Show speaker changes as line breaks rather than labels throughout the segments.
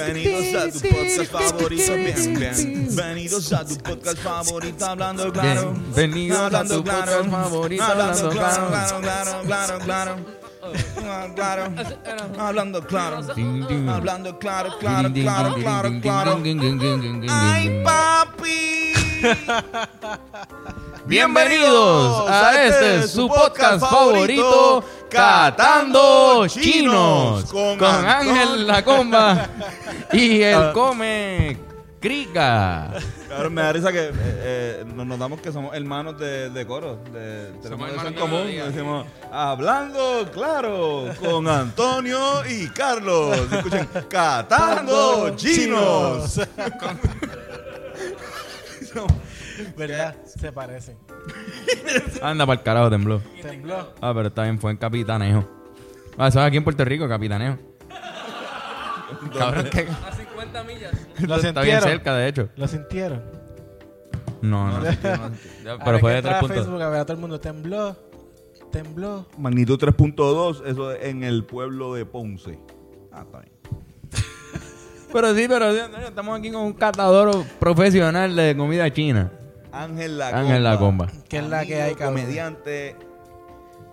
a tu podcast favorito. Bien, bien. Venidos a tu podcast favorito hablando claro.
Bienvenidos a tu podcast favorito, hablando claro.
claro, claro, claro, claro. Claro, hablando claro,
Ding, ding.
hablando claro,
Ding,
claro,
ding,
claro,
ding,
claro,
ding,
claro.
ding, ding, ding, ding, ding,
¡Ay,
ding.
papi!
Bienvenidos a este su podcast favorito, Catando Chinos, con Ángel La Comba y el
Ah.
Come Crica.
Claro, me da risa que eh, eh, nos notamos que somos hermanos de, de coro. De, tenemos eso
hermanos
en
de
común.
melodía.
Decimos, hablando claro con Antonio y Carlos. Escuchen, catando chinos.
¿Verdad? Se parecen.
Anda para el carajo, tembló.
Tembló.
Ah, pero está bien, fue en Capitanejo. Ah, eso es aquí en Puerto Rico, Capitanejo. Cabrón, que
A 50 millas.
Lo
está bien
sintieron.
cerca, de hecho.
Lo sintieron.
No, no. Pero
Ahora
fue de tres
que entraba a
puntos.
Facebook a ver a todo el mundo tembló. Tembló.
Magnitud 3.2, eso es en el pueblo de Ponce. Ah, está bien.
Pero sí, pero sí, Antonio, estamos aquí con un catador profesional de comida china.
Ángel La
Ángel La Comba.
Que es la que hay, cabrón.
Comediante,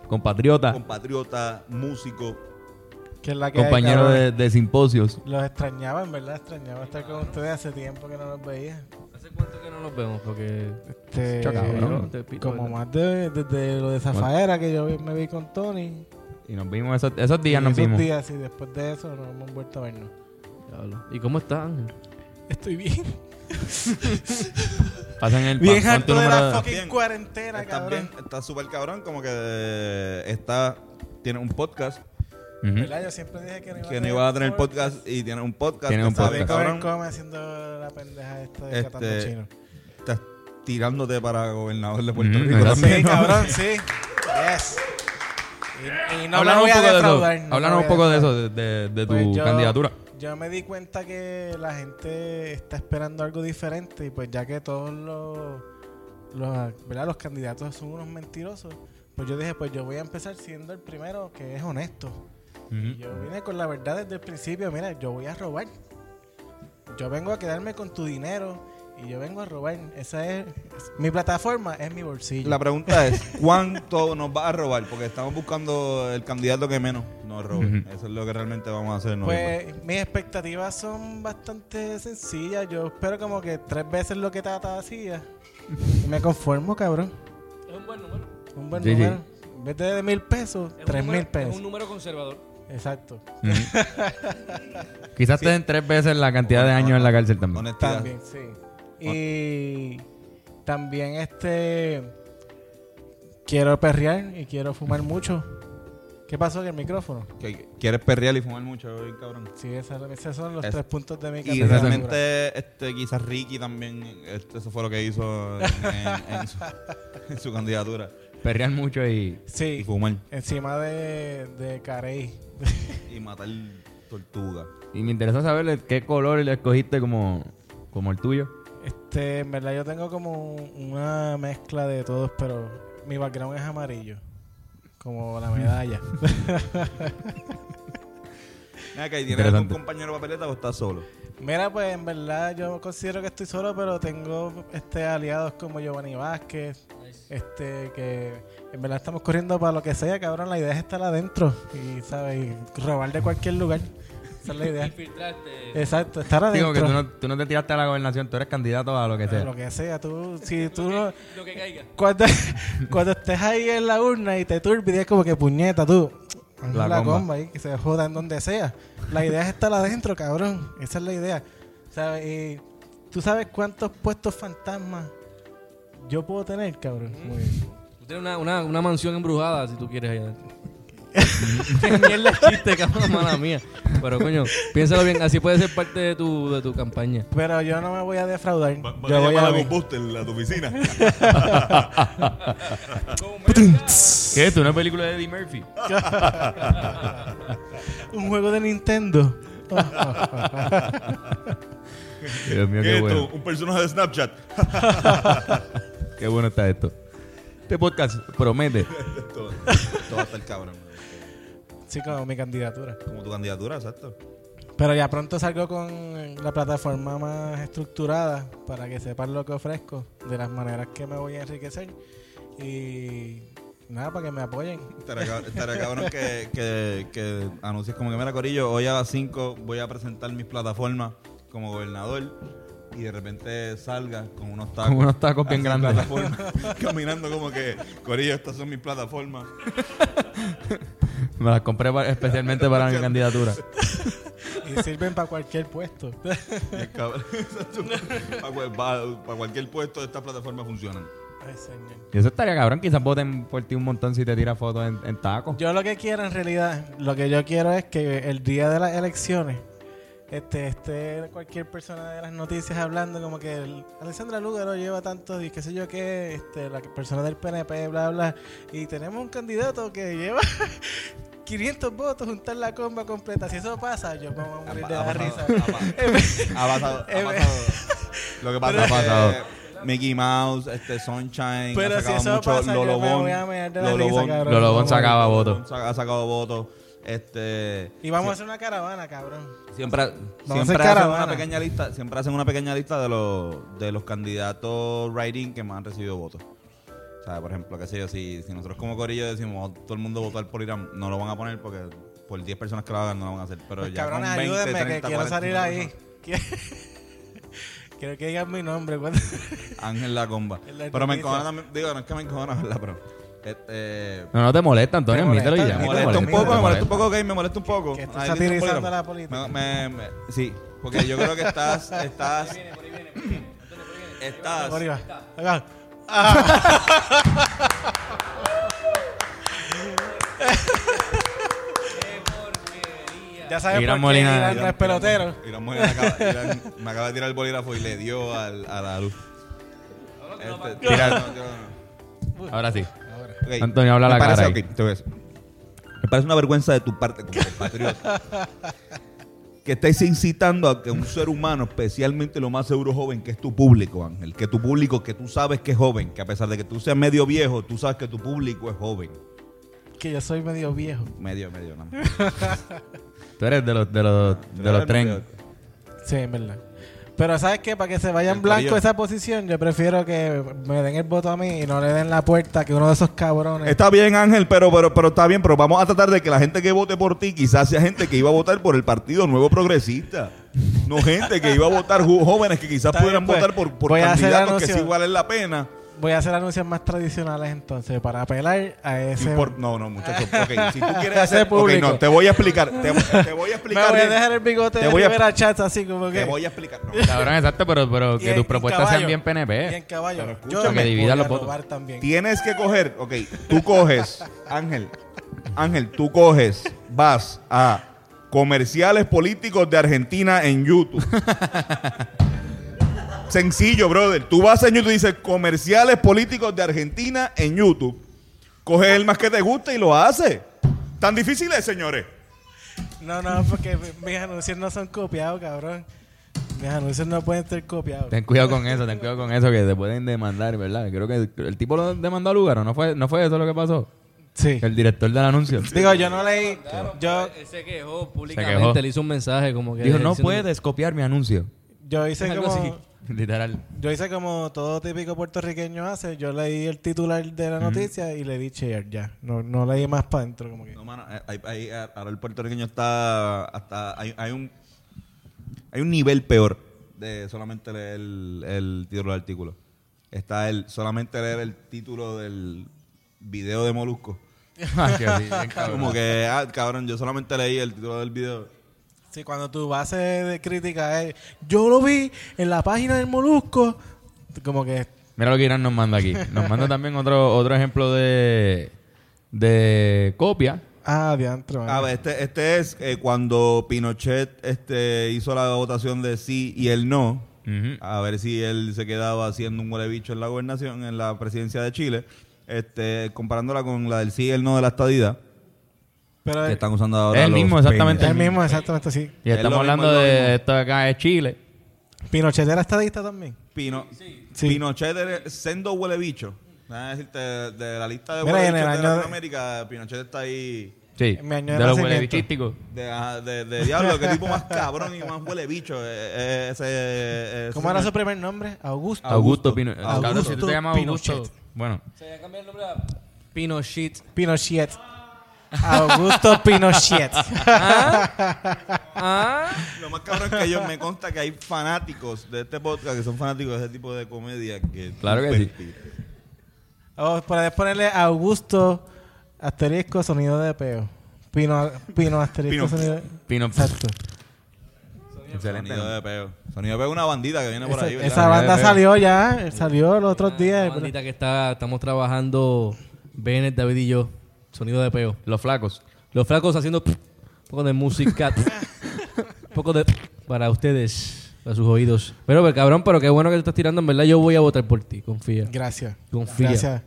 Compatriota.
compatriota, músico.
Que es la que hay,
compañero
cabrón.
de, de simposios.
Los extrañaba, en verdad. Extrañaba estar con ustedes hace tiempo que no los veía.
¿Hace cuánto que no nos vemos? Porque.
Este,
Chaca, cabrón.
Te pito,
como
¿verdad?
más de, desde lo de Zafaera que yo vi- me vi con Tony.
Y nos vimos esos, esos días,
Y
nos
esos
vimos.
días y después de eso nos hemos vuelto a vernos.
Diablo. ¿Y cómo está Ángel?
Estoy bien.
Pasan el pon
Bien
tu
harto de
número
la
de-
fucking
Bien.
cuarentena,
Está
cabrón.
bien, está súper cabrón, como que eh, está, tiene un podcast.
Ujú.
¿Verdad? Yo siempre dije que no iba
que
a
no
tener,
iba a tener podcast y tiene un podcast.
Tiene un
está bien,
podcast.
Cabrón,
cabrón.
come haciendo la pendeja esta de
Este,
catando chino.
Estás tirándote para gobernador de Puerto
Mm,
Rico
gracias.
también.
Sí,
¿no?
cabrón, sí. Yes. Y, y no me
Háblanos un
voy a
poco de
defraudar.
eso.
no
Háblanos un
me voy a
poco de
defraudar.
eso, de, de- de tu
Pues yo-
candidatura.
Yo me di cuenta que la gente está esperando algo diferente y pues ya que todos los, los, ¿verdad? los candidatos son unos mentirosos, pues yo dije, pues yo voy a empezar siendo el primero que es honesto. Y
Ujú.
Yo vine con la verdad desde el principio, mira, yo voy a robar. Yo vengo a quedarme con tu dinero y yo vengo a robar. Esa es, es- mi plataforma, es mi bolsillo.
La pregunta es, ¿cuánto nos va a robar? Porque estamos buscando el candidato que menos nos robe.
Ujú.
Eso es lo que realmente vamos a hacer. en noviembre.
Pues mis expectativas son bastante sencillas. Yo espero como que tres veces lo que Tata hacía. Y me conformo, cabrón.
Es un buen número.
Un buen
GG.
número. En vez de mil pesos,
Es un
tres mil
número- Es
pesos.
un número conservador.
Exacto.
Ujú. Quizás te den tres veces la cantidad de
Hon-
años en la cárcel también.
Honestidad.
También, sí.
Ah.
Y también este... Quiero perrear y quiero fumar mucho. ¿Qué pasó con el micrófono?
Que- ¿Quieres perrear y fumar mucho, hoy, cabrón?
Sí, esa- esos son los
Es-
tres puntos de mi
Y
candidatura.
realmente, este, quizás Ricky también, este, eso fue lo que hizo en, en- en su, en su candidatura.
Perrear mucho y...
Y
Sí,
fumar.
encima de, de Carey.
Y matar tortuga.
Y me interesa saber qué color le escogiste como, como el tuyo.
Este, en verdad yo tengo como una mezcla de todos, pero mi background es amarillo. Como la medalla.
Mira, que tienes algún
Interesante.
compañero de papeleta o estás solo.
Mira, pues en verdad yo considero que estoy solo, pero tengo este aliados como Giovanni Vázquez, este que en verdad estamos corriendo para lo que sea, cabrón, la idea es estar adentro y sabes, y robar de cualquier lugar. Esa es la idea.
Infiltraste.
Exacto, estar
Digo
adentro.
que tú no, tú no te tiraste a la gobernación, tú eres candidato a lo que sea.
Lo que sea, tú si tú no
Lo que caiga.
cuando, cuando estés ahí en la urna y te turbides es como que puñeta tú.
La
La,
comba.
comba. ahí, que se jodan donde sea. La idea es estar adentro, cabrón. Esa es la idea. ¿Sabes? Y tú sabes cuántos puestos fantasmas yo puedo tener, cabrón. Muy bien.
Tú tienes una, una, una mansión embrujada si tú quieres allá adentro. Qué mierda es chiste, cabrón, mala mía. Pero coño, piénsalo bien, así puede ser parte de tu, de tu campaña.
Pero yo no me voy a defraudar. yo voy a ver.
a tu oficina.
¿Qué? ¿Tú una película de Eddie Murphy?
un juego de Nintendo. Oh, oh, oh.
Dios mío, qué bueno.
Un personaje de Snapchat.
Qué bueno está esto. Este podcast promete.
todo, todo está el cabrón.
Sí, como mi candidatura.
Como tu candidatura, exacto.
Pero ya pronto salgo con la plataforma más estructurada para que sepan lo que ofrezco, de las maneras que me voy a enriquecer. Y nada, para que me apoyen.
Estará cab- estará cabrón que, que, que anuncies como que mira Corillo, hoy a las 5 voy a presentar mis plataformas como gobernador y de repente salga con unos tacos.
Con unos tacos bien
así,
grandes.
plataforma, caminando como que Corillo, estas son mis plataformas.
Me las compré pa- especialmente para mi candidatura.
Y sirven para cualquier puesto.
Y el cabrón- para, cual- pa- para cualquier puesto estas plataformas funcionan.
Ay, señor.
Y eso estaría cabrón. Quizás voten por ti un montón si te tiras fotos en, en tacos.
Yo lo que quiero en realidad, lo que yo quiero es que el día de las elecciones este, esté cualquier persona de las noticias hablando como que el- Alessandra Lúgaro lleva tantos y qué sé yo qué, este, la persona del PNP, bla, bla, y tenemos un candidato que lleva 500 votos, juntar la comba completa. Si eso pasa, yo me voy a
Ha-
morir de
ha
la
pasado,
risa.
ha pa- Ha pasado, ha
Eh,
pasado. Lo que pasa
Ha
em,
es que
pasado.
Mickey Mouse, este Sunshine,
Pero
ha
si
sacado
eso
mucho
pasa, yo
Lolo
me
Bon,
voy a mear de la
Lolo
risa,
Bon,
cabrón.
Lolo Bon sacaba votos.
Sa- Ha sacado votos. Este,
Y vamos a hacer una caravana, cabrón.
siempre
a
siempre
hacer
hacen
caravana.
una pequeña lista, siempre hacen una pequeña lista de los de los candidatos writing que más han recibido votos. O sea, por ejemplo, qué sé yo, si, si nosotros como corillo decimos "Oh, todo el mundo votar por Irán, no lo van a poner porque por 10 personas que lo hagan no lo van a hacer, pero
Pues,
ya
cabrones,
con 20,
ayúdenme,
30,
que quiero
40
salir ahí. quiero que digan mi nombre. cuando-
Ángel la comba.
En la
Pero me
noticia.
encojona también. Digo, no es que me encojona, ¿verdad? Pero. Este,
No, no te molesta, Antonio.
Te
admítelo y
molesta,
ya.
me
te
molesta un
molesta,
poco,
te
me molesta un poco, ok, me molesta un poco.
Que
Ahí
estás
dice un
satirizando
bolígrafo.
la política.
Me- me- me- sí, porque yo creo que estás. Estás. Estás.
Por ahí va. Ahí va. Ya sabes
Irán
por qué
Molina.
Irán no
Irán-
es pelotero.
Irán Molina acaba- Irán- me acaba de tirar el bolígrafo y le dio al- a la luz. Este, tira- no, yo no.
Ahora sí.
Ok,
Antonio, habla
me
la cara
parece-
ahí.
ok, te voy a decir. Me parece una vergüenza de tu parte como compatriota que estés incitando a que un ser humano, especialmente lo más seguro joven, que es tu público, Ángel, que tu público que tú sabes que es joven, que a pesar de que tú seas medio viejo, tú sabes que tu público es joven.
Que yo soy medio viejo.
Medio, medio, nada más.
Tú eres de los, de los, de los tren.
Sí, en verdad. Pero ¿sabes qué? Para que se vaya
El
en blanco
corillo.
esa posición, yo prefiero que me den el voto a mí y no le den la puerta que uno de esos cabrones.
Está bien, Ángel, pero, pero, pero está bien, pero vamos a tratar de que la gente que vote por ti quizás sea gente que iba a votar por el Partido Nuevo Progresista. No gente que iba a votar ju- jóvenes que quizás
Está
pudieran
bien, pues.
votar por, por
Voy a hacer
candidatos que sí
anuncio.
valen la pena.
Voy a hacer anuncios más tradicionales entonces para apelar a
Y
ese...
por- no, no, muchachos. ok, si tú quieres
Ese
hacer ok,
público.
no, te voy a explicar. Te, te voy a
Me
explicar.
voy a
bien.
dejar el bigote
Te
de
voy a-
Rivera Chats así como que...
Te voy a explicar. no.
Cabrón, exacto, pero, pero
Y
que
en-
tus
en
propuestas
caballo.
sean bien
Y
PNP.
en caballo.
Pero
Yo
escúchame.
me
Que dividan
voy a
los votos.
robar también.
Tienes que coger, ok, tú coges, Ángel, Ángel, tú coges, vas a comerciales políticos de Argentina en YouTube. Sencillo, brother. Tú vas en YouTube y dices comerciales políticos de Argentina en YouTube. Coges el más que te guste y lo haces. Tan difícil es, señores.
No, no, porque mis anuncios no son copiados, cabrón. Mis anuncios no pueden ser copiados.
Ten cuidado con eso, ten cuidado con eso, que te pueden demandar, ¿verdad? Creo que el, el tipo lo demandó a Lugaro, ¿no fue, no fue eso lo que pasó?
Sí.
El director del anuncio.
Digo, yo no leí. Yo,
Él se quejó
Se quejó.
públicamente, le hizo un mensaje como que...
Dijo, no
diciendo-
puedes copiar mi anuncio.
yo hice
Algo así.
como.
Literal.
Yo hice como todo típico puertorriqueño hace. Yo leí el titular de la noticia y le di share ya. No, no leí más para adentro, como que.
No, mano, eh, ahí- ahí, ah, ahora el puertorriqueño está hasta hay, hay un hay un nivel peor de solamente leer el, el título del artículo. Está el solamente leer el título del video de Molusco.
Ah, que sí, bien cabrón.
Como que, ah, cabrón, yo solamente leí el título del video.
Sí, cuando tu base de crítica es. Yo lo vi en la página del Molusco. Como que.
Mira lo que Irán nos manda aquí. Nos manda también otro, otro ejemplo de, de copia.
Ah, diantro.
A ver, este, este es eh, cuando Pinochet este, hizo la votación de sí y el no.
Ujú.
a ver si él se quedaba haciendo un huele bicho en la gobernación, en la presidencia de Chile, este, comparándola con la del sí y el no de la estadía,
Pero
que
el,
están usando ahora.
El
los
mismo, exactamente.
peñas.
mismo, exactamente así.
Y
Es
estamos
lo mismo,
hablando
es lo
de
mismo.
esto de acá de Chile.
Pinochet era estadista también.
Pino,
Sí.
Pinochet era sendo huele bicho. Déjame decirte, de la lista de
Mira,
huele
en el
bichos de
año de-
Latinoamérica, Pinochet está ahí.
Sí.
En mi año de
de los
nacimiento.
huelebichísticos.
De, ajá, de- de diablo, qué tipo más cabrón y más huele bicho. eh, eh, ese, eh, ese
¿Cómo era su
señor.
primer nombre? Augusto.
Augusto.
Augusto Pino.
Augusto
Cabrón, si tú te llamas Augusto.
Pinochet.
Bueno.
Se había cambiado el nombre a
Pinochet.
Pinochet. Augusto Pinochet.
Ah.
Lo más cabrón es que yo me consta que hay fanáticos de este podcast que son fanáticos de ese tipo de comedia. Que
Claro que sí.
O podés Oh, ponerle Augusto asterisco sonido de peo. Pino, pino asterisco
Pino.
sonido de
Pino.
Exacto.
Excelente.
Sonido de peo. Sonido de peo es una bandida que viene por
Esa,
ahí. ¿verdad?
esa banda salió ya, salió los otros días.
Una bandita que está, estamos trabajando Bennett, David y yo. Sonido de peo.
Los flacos.
Los flacos haciendo un poco de música. un poco de para ustedes, para sus oídos. Pero, pero, cabrón, pero qué bueno que te estás tirando. En verdad, yo voy a votar por ti. Confía.
Gracias.
Confía.
Gracias.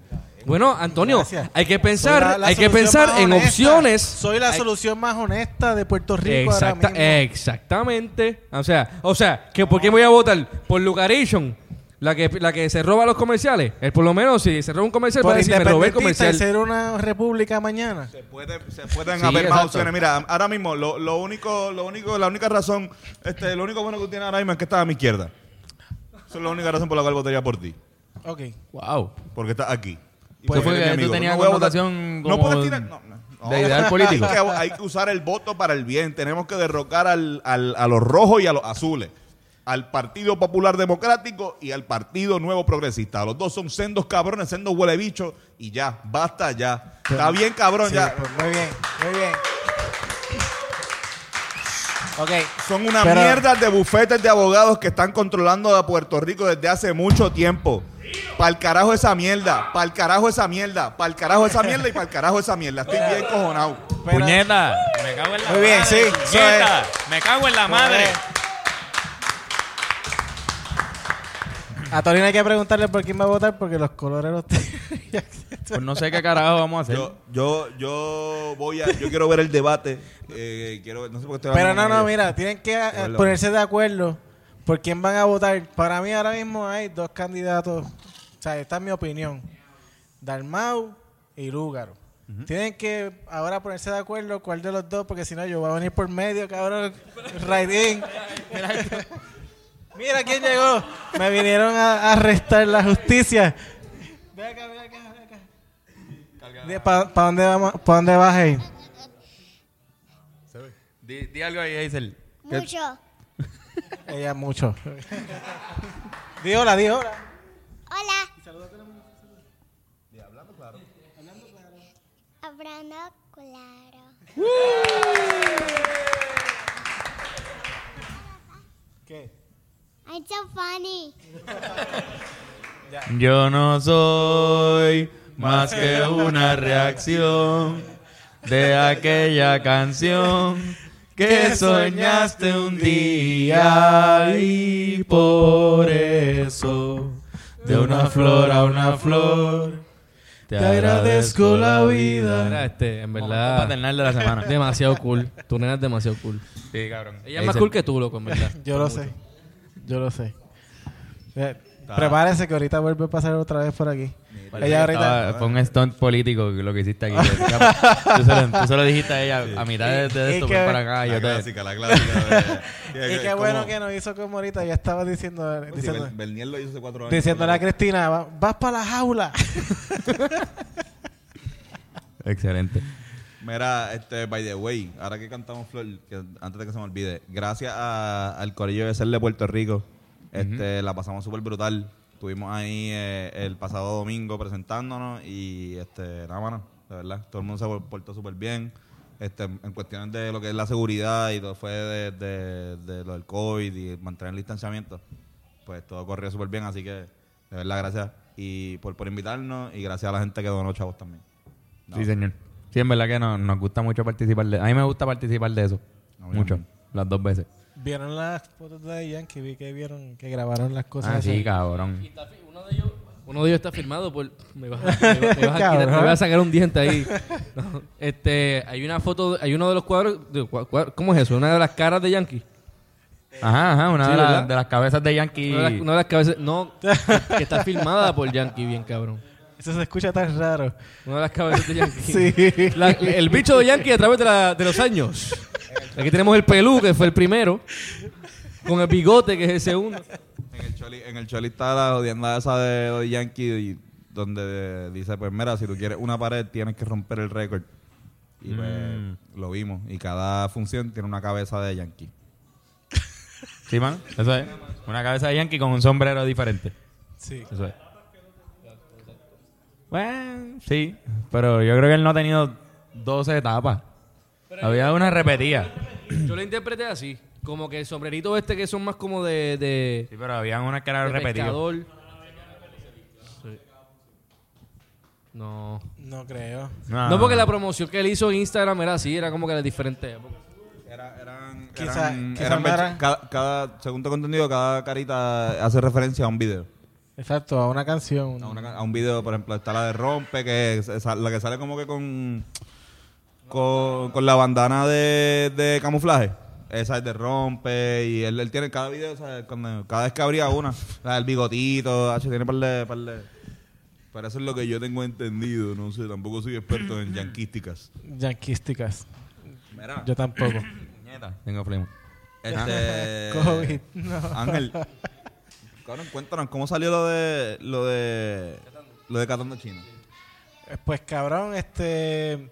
Bueno, Antonio,
Gracias.
hay que
Soy
pensar,
la- la
hay que
solución
pensar
más
en
honesta.
opciones.
Soy la
Hay-
solución más honesta de Puerto Rico
Exacta-
ahora
eh,
mismo.
Exactamente. O sea, o sea, que ¿por qué voy a votar? Por Lucaration. La que, la que se roba los comerciales. El, por lo menos, si se roba un comercial,
Por
va a decir, me robé el
independentista y
comercial.
ser una república mañana.
Se, puede- se pueden
Sí,
haber más
exacto.
opciones. Mira, ahora mismo, lo, lo único, lo único, la única razón, este, lo único bueno que tiene ahora mismo es que está a mi izquierda. Esa es la única razón por la cual votaría por ti.
Ok.
Wow.
Porque está aquí. Y
Pues
porque
fue
eres
que
mi
tú
amigo.
tenías
voy a votar-
connotación
No
como
puedes tirar. No, no, no.
de ideal político.
Hay que, hay que usar el voto para el bien. Tenemos que derrocar al, al- a los rojos y a los azules. Al Partido Popular Democrático y al Partido Nuevo Progresista. Los dos son sendos cabrones, sendos huelebichos y ya, basta ya. Está bien, cabrón,
Sí,
ya.
pues, muy bien, muy bien. Ok.
Son una
Pero-
mierda de bufetes de abogados que están controlando a Puerto Rico desde hace mucho tiempo. Pa'l carajo esa mierda, pa'l carajo esa mierda, pa'l carajo esa mierda y pa'l carajo esa mierda. Estoy bien cojonado.
pero-
Puñeta. Me cago en la
Muy bien,
madre,
sí, eh,
puñeta. Me cago en
Pues
la madre.
A Torino hay que preguntarle por quién va a votar porque los colores los tiene.
Pues no sé qué carajo vamos a hacer.
Yo, yo, yo voy a, yo quiero ver el debate. eh, quiero, no sé por qué estoy
Pero
hablando
no,
con
no,
ellos.
mira, tienen que eh,
Igual la-
ponerse de acuerdo por quién van a votar. Para mí ahora mismo hay dos candidatos. O sea, esta es mi opinión. Dalmau y Lúgaro. Tienen que ahora ponerse de acuerdo cuál de los dos, porque si no yo voy a venir por medio, cabrón. Raidín. Mira quién llegó. Me vinieron a a arrestar la justicia. Ven acá, ven acá, ven acá. ¿Para dónde vamos? ¿Para dónde vas a ir?
Di, di algo ahí, Hazel.
Mucho.
Ella mucho. di hola, di hola.
Hola. Hablando claro.
¿Qué?
I'm so funny.
Yo no soy más que una reacción de aquella canción que soñaste un día y por eso de una flor a una flor te agradezco la
Mira,
vida.
este, en
Momento
verdad.
paternal de la semana.
Demasiado cool. Tu nena es demasiado cool.
Sí, cabrón.
Ella es más cool que tú, loco, en verdad.
Yo lo sé. Yo lo sé. Eh, Prepárese que ahorita vuelve a pasar otra vez por aquí. Ella ahorita.
fue un stunt político lo que hiciste aquí. tú, se lo, tú se lo dijiste a ella a mitad de, de
Y- y
esto,
que-
ven para acá.
La
Yo te,
clásica, la clásica. de-
Y qué
¿Cómo?
bueno que nos hizo como ahorita. Ya estaba diciendo, eh,
Pues sí,
diciendo,
Bel- Bernier lo hizo hace cuatro años.
diciéndole a Cristina, "Va- vas para la jaula.
Excelente.
Mira, este, by the way, ahora que cantamos Flor, que antes de que se me olvide, gracias a- al Corillo de Ser de Puerto Rico, este, la pasamos súper brutal. Estuvimos ahí eh, el pasado domingo presentándonos y este, nada, mano, de verdad, todo el mundo se por- portó súper bien. Este, en cuestiones de lo que es la seguridad y todo fue de, de- de lo del COVID y mantener el distanciamiento, pues todo corrió súper bien, así que de verdad, gracias y por, por invitarnos y gracias a la gente que donó chavos también. No.
Sí, señor. Sí, en verdad que no- nos gusta mucho participar de A mí me gusta participar de eso.
No,
mucho.
bien.
Las dos veces.
Vieron las fotos de Yankee, vi que vieron que grabaron las cosas.
Ah,
así.
sí, cabrón.
Uno de ellos, uno de ellos está firmado por. Me vas, a- me vas- me vas a,
Cabrón.
quitar- me vas a sacar un diente ahí. No, este, hay una foto, hay uno de los cuadros. de- cua- cua- ¿Cómo es eso? Una de las caras de Yankee.
Ajá, ajá. Una
Sí,
de, las-
¿verdad?
de las cabezas de Yankee.
Una de las, una de las cabezas. No, que, que está filmada por Yankee, bien cabrón.
Eso se escucha tan raro.
Una de las cabezas de Yankee.
Sí.
La- el bicho de Yankee a través de, la- de los años. Aquí tenemos el pelú, que fue el primero. Con el bigote, que es el segundo.
En el Choli, en el Choli está la odianda esa de los Yankee y- donde dice, pues mira, si tú quieres una pared tienes que romper el récord. Y pues
Mm.
lo vimos. Y cada función tiene una cabeza de Yankee.
¿Sí, mano? Eso es. Una cabeza de Yankee con un sombrero diferente.
Sí.
Eso es. Bueno, sí. Pero yo creo que él no ha tenido 12 etapas. Había una repetida.
Yo lo interpreté así. Como que el sombrerito este que son más como de... de
Sí, pero había una que era
de
repetida.
pescador. Sí. No.
No creo.
No, porque la promoción que él hizo en Instagram era así, era como que de diferente época.
Era- eran,
Quizá-
eran-
quizá
eran
no era-
versi- cada, cada- según tengo entendido, cada carita hace referencia a un video.
Exacto, a una canción.
A, una ca- a un video, por ejemplo, está la de Rompe, que es esa- la que sale como que con con, con la bandana de, de camuflaje. Esa es de Rompe y él, él tiene cada video, o sea, cuando- cada vez que abría una, la del bigotito, hacho, tiene par de, par de- Pero eso es lo que yo tengo entendido, no sé, tampoco soy experto en yanquísticas.
Yanquísticas.
Mira,
Yo tampoco.
Puñeta, Tengo flema.
este...
COVID. No.
Ángel, cabrón, cuéntanos, ¿cómo salió lo de... lo de... lo de Catando China?
Eh, Pues cabrón, este.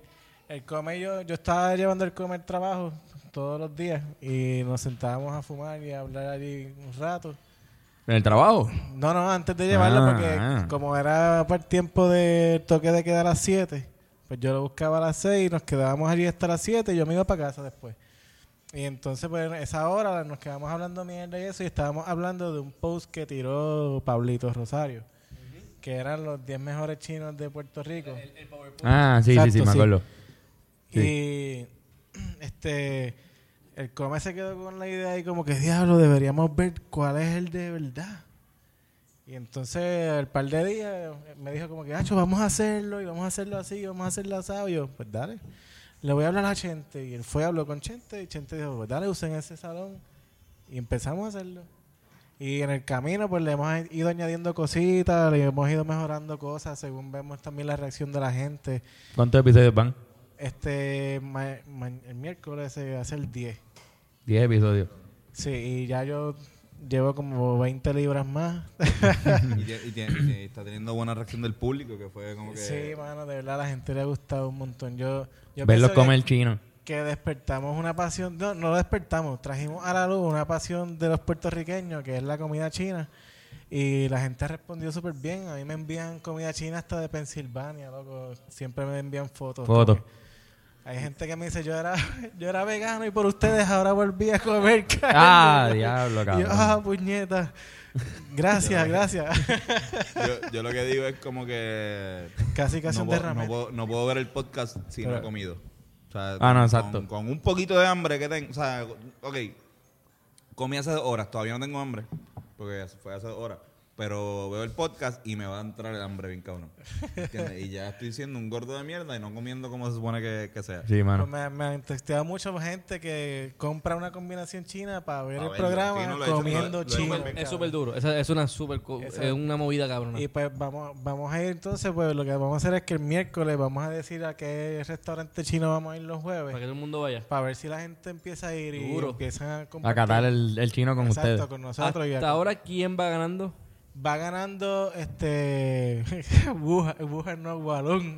El come y yo, yo estaba llevando el come al trabajo todos los días y nos sentábamos a fumar y a hablar allí un rato.
¿En el trabajo?
No, no, antes de llevarlo,
Ah.
porque como era para el tiempo de toque de quedar a las 7, pues yo lo buscaba a las 6 y nos quedábamos allí hasta las 7 y yo me iba para casa después. Y entonces, pues esa hora nos quedamos hablando mierda y eso, y estábamos hablando de un post que tiró Pablito Rosario, que eran los 10 mejores chinos de Puerto Rico.
Ah, sí, sí, sí, me
Exacto, sí.
acuerdo.
Y este el come se quedó con la idea y como que diablo, deberíamos ver cuál es el de verdad. Y entonces al par de días eh, me dijo como que, Hacho, vamos a hacerlo y vamos a hacerlo así y vamos a hacerlo asado. Y yo, pues dale. Le voy a hablar a Chente. Y él fue, habló con Chente y Chente dijo, pues dale, usen ese salón. Y empezamos a hacerlo. Y en el camino, pues le hemos ido añadiendo cositas, le hemos ido mejorando cosas según vemos también la reacción de la gente.
¿Cuántos episodios van?
Este, ma- ma- el miércoles se va a hacer 10.
10 episodios.
Sí, y ya yo llevo como 20 libras más.
y, tie- y tie- y tie- está teniendo buena reacción del público, que fue como que...
Sí, mano, de verdad, a la gente le ha gustado un montón. Yo, yo
Verlos
pienso
comer
que,
chino.
que despertamos una pasión, no, no despertamos, trajimos a la luz una pasión de los puertorriqueños, que es la comida china. Y la gente ha respondido súper bien. A mí me envían comida china hasta de Pensilvania, loco. Siempre me envían fotos.
Fotos.
como que- Hay gente que me dice, yo era, yo era vegano y por ustedes ahora volví a comer carne.
Ah, diablo,
Y yo,
cabrón.
ah, puñeta. Gracias, gracias.
Yo, yo lo que digo es como que...
Casi, casi
no,
un
puedo,
derrame.
no puedo- no puedo ver el podcast si no he comido. O sea,
Ah, no,
con-
exacto.
Con un poquito de hambre que tengo... O sea, ok, comí hace horas, todavía no tengo hambre, porque fue hace horas. Pero veo el podcast y me va a entrar el hambre bien cabrón. ¿Entiendes? Y ya estoy siendo un gordo de mierda y no comiendo como se supone que, que sea.
Sí,
Pues
mano.
me, me han texteado mucha gente que compra una combinación china para ver
Pa'
el
verlo,
programa
sí, no lo he hecho,
comiendo
lo he- lo he
chino.
hecho.
Es
cabrón.
súper duro. Esa- es una súper... co-
Esa-
Es una movida cabrona.
Y pues vamos, vamos a ir entonces, pues lo que vamos a hacer es que el miércoles vamos a decir a qué restaurante chino vamos a ir los
Para que
jueves.
todo el mundo vaya.
Para ver si la gente empieza a ir y
Duro.
empiezan a comprar.
A catar el, el chino con
Exacto,
Ah, ustedes.
con nosotros. y a-
Hasta ahora, ¿quién va ganando?
Va ganando este Wuhan, Wuhan no, Walun.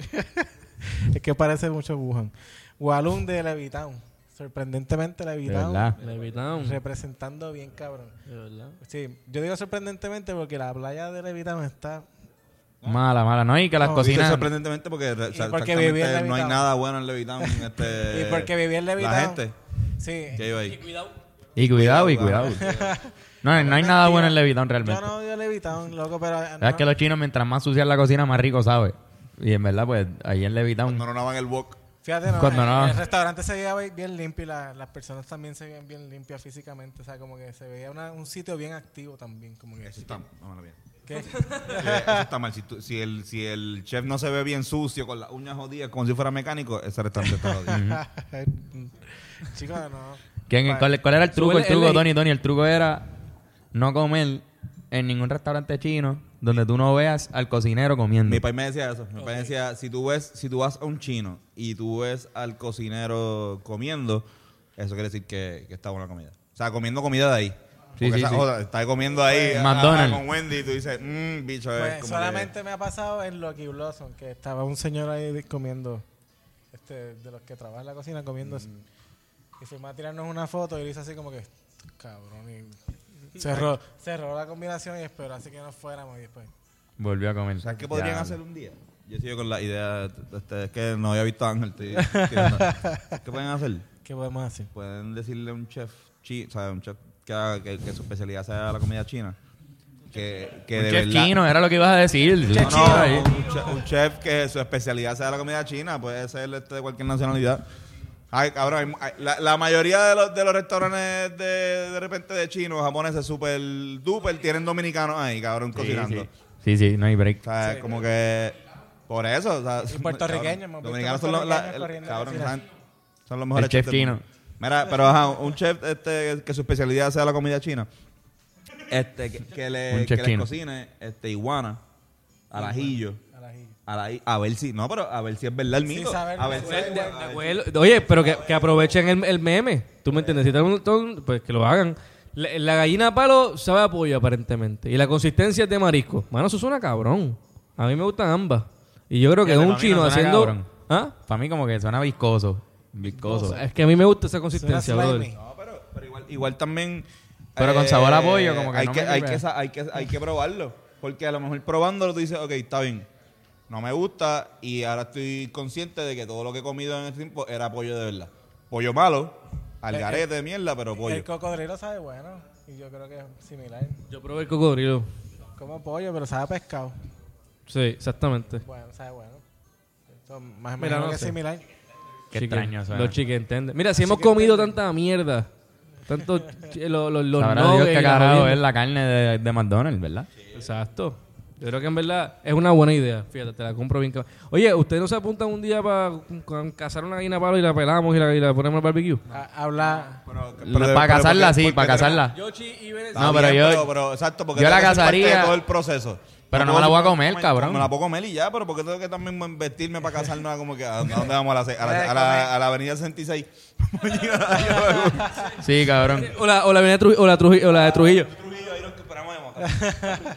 es que parece mucho Wuhan. Walun de Levitown. Sorprendentemente
De
Levitown
verdad.
Levitown. De
representando bien cabrón.
verdad.
Sí, yo digo sorprendentemente porque la playa de Levitown está
Mala, mala. No, y que las
¿ah? No,
Dice
cocinas.
sorprendentemente porque, re-
Y
sa-
porque
exactamente
vivía en
no hay
Levittown.
nada bueno en Levitown. Este,
Y porque vivía en Levittown.
La gente
Sí.
que iba ahí.
Cuidado.
Y cuidado, y cuidado. No, no hay nada bueno en Levitón
Yo
realmente.
no odio Levitown, loco, pero eh,
Es que
no-
los chinos, mientras más sucia es la cocina, más rico sabe. Y en verdad, pues, ahí en Levitón.
No ronaban el wok.
fíjate, no,
cuando
el,
no-
el restaurante se veía bi- bien limpio y la- las personas también se veían bien limpias físicamente, o sea, como que se veía una- un sitio bien activo también, como que
Eso está, no, no, bien.
¿Qué?
Eh, eso está mal. Si, tú- si el, si el chef no se ve bien sucio, con las uñas jodidas, como si fuera mecánico, ese restaurante está jodido.
Chicos, no.
¿Quién- cuál, cuál era el truco?
Sube
El truco,
el-
Tony, Tony. El truco era no comer en en ningún restaurante chino donde tú no veas al cocinero comiendo.
Mi país me decía eso. Mi país decía, si tú ves, si tú vas a un chino y tú ves al cocinero comiendo, eso quiere decir que, que está buena comida. O sea, comiendo comida de ahí.
Sí, sí,
Porque esa
sí. Pues,
joda, está comiendo ahí a-
McDonald's.
a- con Wendy y tú dices, mmm, bicho, es
Pues,
como
solamente me ha pasado en Lucky Blossom, que estaba un señor ahí comiendo, este, de los que trabaja en la cocina, comiendo.
Mm.
eso. Y fuimos a tirarnos una foto y le hice así como que, cabrón.
Mm.
Y cerró, cerró la combinación y esperó así que nos fuéramos y después.
Volvió a comer.
que- ¿Sabes qué podrían
Ya.
hacer un día? Yo sigo con la idea, de- este, es que no había visto a Ángel. estoy- estoy- ¿Qué pueden hacer?
¿Qué podemos hacer?
Pueden decirle a un chef, chi, o sea, un chef que, haga- que- que su especialidad sea la comida china. Que, que
Un
de
chef
verdad-
chino, era lo que ibas a decir.
No,
Chef
no,
chino ahí.
un, chef, un chef que su especialidad sea la comida china, puede ser este de cualquier nacionalidad. Ay, cabrón, hay mu- hay- la, la mayoría de los, de los restaurantes de, de repente de chinos, japoneses, super duper, tienen dominicanos ahí, cabrón, cocinando.
Sí, sí, no hay break.
O sea, es como que. Por eso. O sea,
Y
son-
puertorriqueños,
cabrón,
hemos visto
Dominicanos son los, la-
puertorriqueños
el-
corriendo
cabrón,
a la
son- son los mejores
El chef
chefs del
chino.
mundo. Mira, pero ajá, un chef este, que su especialidad sea la comida china. Este, que, que
Un
le,
chef
que le
chino.
cocine este, iguana, al ajillo.
Al ajillo.
A, la- a ver si, no, pero a ver si es verdad el mito.
saber,
a ver
no
si
saber.
es
De- de
igual.
acuerdo. Oye, pero que, que aprovechen el, el meme. ¿Tú me entiendes? Si está un- todo- pues que lo hagan. La, la gallina a palo sabe a pollo, aparentemente. Y la consistencia es de marisco. Mano, eso suena cabrón. A mí me gustan ambas. Y yo creo que
Fíjate,
un
para mí no
chino
suena
haciendo...
cabrón.
¿Ah?
Para mí como que suena viscoso. Viscoso.
Es que a mí me gusta esa
Suena
consistencia, brother.
slimy.
No, pero, pero igual, igual también. eh,
Pero con sabor a pollo, como que
hay
no
que,
me
hay
sirve.
que sa- hay que hay que probarlo. Porque a lo mejor probándolo tú dices, ok, está bien. No me gusta. Y ahora estoy consciente de que todo lo que he comido en este tiempo era pollo de verdad. Pollo malo, algarete de mierda, pero pollo.
El cocodrilo sabe bueno. Y yo creo que es similar.
Yo probé el cocodrilo.
Como pollo, pero sabe a pescado.
Sí, exactamente.
Bueno, sabe bueno. Esto más o menos
Mira, no
que es
sé.
similar.
Qué
Chicken-
extraño suena.
Los chicken tenders. Mira, si hemos comido tanta mierda. Tanto... ch- los los, los
Sabrá Dios
nuggets y
que
la
carajo
jodienda.
es la carne de, de McDonald's, ¿verdad?
Exacto. Yo creo que en verdad es una buena idea. Fíjate, te la compro bien. cab- Oye, ¿ustedes no se apuntan un día para cazar una gallina a palo y la pelamos y la, y la ponemos al barbecue?
Ha- habla.
Pero- pero-
Para
pero- pero
cazarla,
porque-
sí,
porque
para cazarla.
Yoshi y Venezuela.
Está
No, pero yo-
Pero, pero, exacto, porque
yo la
tengo que ser parte de
cazaría,
todo el proceso.
pero no
puedo-
me la voy a comer, cabrón.
Me la puedo comer y ya, pero porque tengo que también vestirme para casarnos como que a, a dónde vamos a la, se- a la, a la- a la avenida 66.
Sí, cabrón.
O la, o la, avenida Truj- o la, Truj- o la de Trujillo.
Trujillo, ahí nos esperamos de Moca.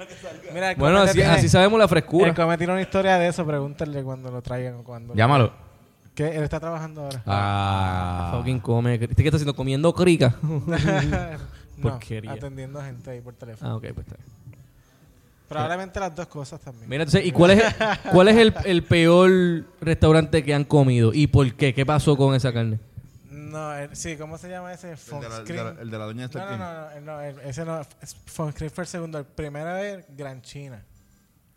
Mira, el
Bueno,
comete
así,
tiene-
así sabemos la
El
frescura.
come tiene una historia de eso, pregúntale cuando lo traigan o cuando.
Llámalo.
Que él está trabajando ahora.
Ah.
Fucking come. ¿Este qué está haciendo? Comiendo crica.
No,
porquería.
atendiendo gente ahí por teléfono.
ah, ok, pues está bien.
Probablemente las dos cosas también.
Ah. Mira, entonces, ¿y cuál es, el- cuál es el, el peor restaurante que han comido? ¿Y por qué? ¿Qué pasó con esa carne?
No, el- sí, ¿cómo se llama ese?
El
Funk
de la- el de
Screen.
la- el de la doña de
No, no,
Starkin.
no, no, no, el- ese no. es- Funk Screen fue el segundo. El primero es Gran China.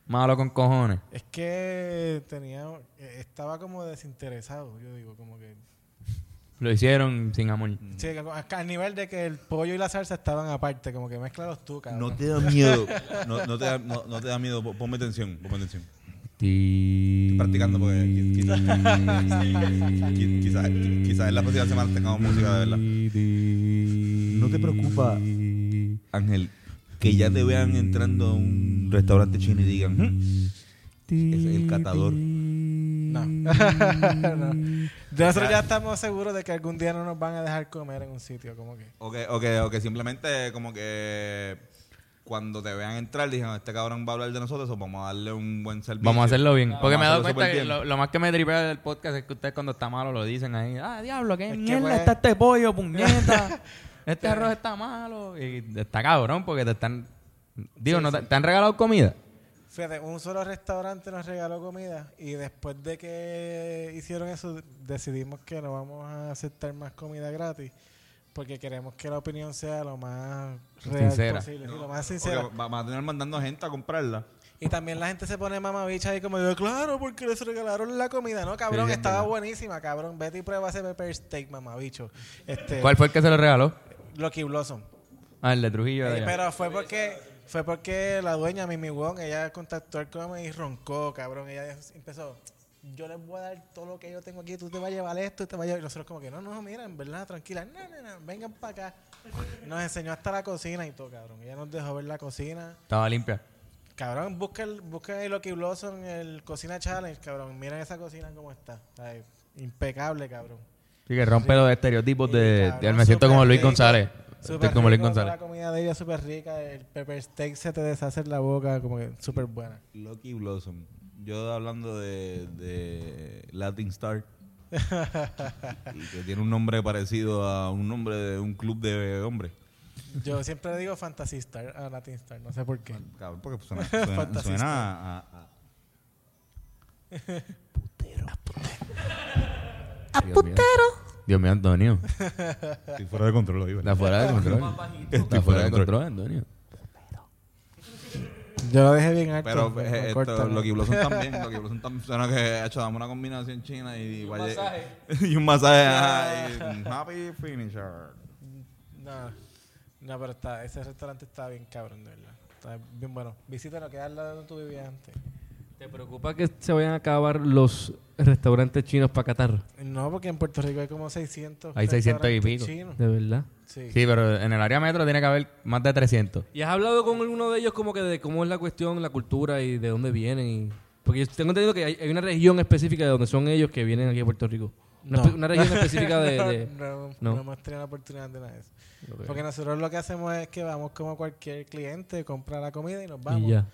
Malo con cojones.
Es que tenía. eh, Estaba como desinteresado, yo digo, como que.
Lo hicieron sin amor.
Sí, que- a, a nivel de que el pollo y la salsa estaban aparte, como que mezclalos tú, cabrón.
No te da miedo. No, no te, da, no, no te da miedo. Pon- Ponme atención. Ponme atención.
Estoy
practicando porque qui- quizás qui- quizás quizás en la próxima semana tengamos música de verdad. No te preocupa, Ángel, que ya te vean entrando a un restaurante chino y digan, "Hmm, ese es el catador.
No.
Mm.
No. Nosotros ya estamos seguros de que algún día no nos van a dejar comer en un sitio, como que.
O que, o que, o que simplemente como que cuando te vean entrar dijeron, este cabrón va a hablar de nosotros o vamos a darle un buen servicio.
Vamos a hacerlo bien. Porque me he
Vamos a
dado
hacerlo
cuenta que
superbién.
lo, lo más que me tripea del podcast es que ustedes cuando está malo lo dicen ahí. Ah, diablo, qué
Es que,
mierda
pues-
está este pollo, puñeta. este arroz está malo. Y está cabrón porque te están... Digo, no te, te han regalado comida?
Fíjate, un solo restaurante nos regaló comida y después de que hicieron eso decidimos que no vamos a aceptar más comida gratis porque queremos que la opinión sea lo más real
Sincera.
posible, sí, lo
Porque
más sincera.
va- vamos a tener mandando gente a comprarla.
Y también la gente se pone mamabicha ahí como yo, claro, porque les regalaron la comida, no cabrón,
Sí, es
estaba
verdad.
buenísima, cabrón, vete y prueba ese pepper steak, mamabicho. Este,
¿Cuál fue el que se lo regaló?
Lucky Blossom.
Ah, el de Trujillo. de
Eh,
allá.
pero fue porque fue porque la dueña Mimi Wong, ella contactó al come y roncó, cabrón, ella empezó yo les voy a dar todo lo que yo tengo aquí, tú te vas a llevar esto, te vas a llevar. Y nosotros, como que, no, no, mira, en verdad, tranquila, no, no, no, vengan para acá. Nos enseñó hasta la cocina y todo, cabrón. Ella nos dejó ver la cocina.
Estaba limpia.
Cabrón, busca el, busca el Lucky Blossom, el Cocina Challenge, cabrón. Miren esa cocina cómo está. Ay, impecable, cabrón.
Sí, que rompe los estereotipos Pues de,
Sí,
de-
cabrón,
Me siento como
súper
Luis
rico,
González. Estoy
Súper
como Luis
rico, toda
González.
La comida de ella súper rica. El pepper steak se te deshace en la boca, como que súper buena.
Lucky Blossom. Yo hablando de, de Latin Star. y que tiene un nombre parecido a un nombre de un club de hombres.
Yo siempre digo Fantasy Star a Latin Star, no sé por qué.
Cabrón, porque suena, suena,
Fantasista.
suena a, a-
Dios mío, Antonio.
a- Estoy fuera de control, lo digo.
Está fuera de control. Está fuera de control, Antonio.
Yo lo dejé bien alto.
Pero
me-
eh,
me
esto,
cortan.
Lucky Blossom también. Lucky Blossom también suena que ha hecho dame una combinación china y, vaya- y un masaje. ajá, y un happy finisher.
No, no, pero está, ese restaurante está bien cabrón, de verdad. Está bien bueno. Visítalo, queda al lado donde tú vivías antes.
¿Te preocupa que se vayan a acabar los restaurantes chinos para Qatar?
No, porque en Puerto Rico hay como 600.
Hay 600 y pico.
restaurantes chinos.
De verdad.
Sí.
Sí, pero en el área metro tiene que haber más de 300.
¿Y has hablado con alguno de ellos como que de cómo es la cuestión, la cultura y de dónde vienen? y- Porque yo tengo entendido que hay, hay una región específica de donde son ellos que vienen aquí a Puerto Rico. Una,
No.
espe- una región específica de...
no,
Eh,
de-
no,
no.
no hemos tenido la oportunidad de nada de eso. Porque nosotros lo que hacemos es que vamos como cualquier cliente, compra la comida y nos vamos.
y ya.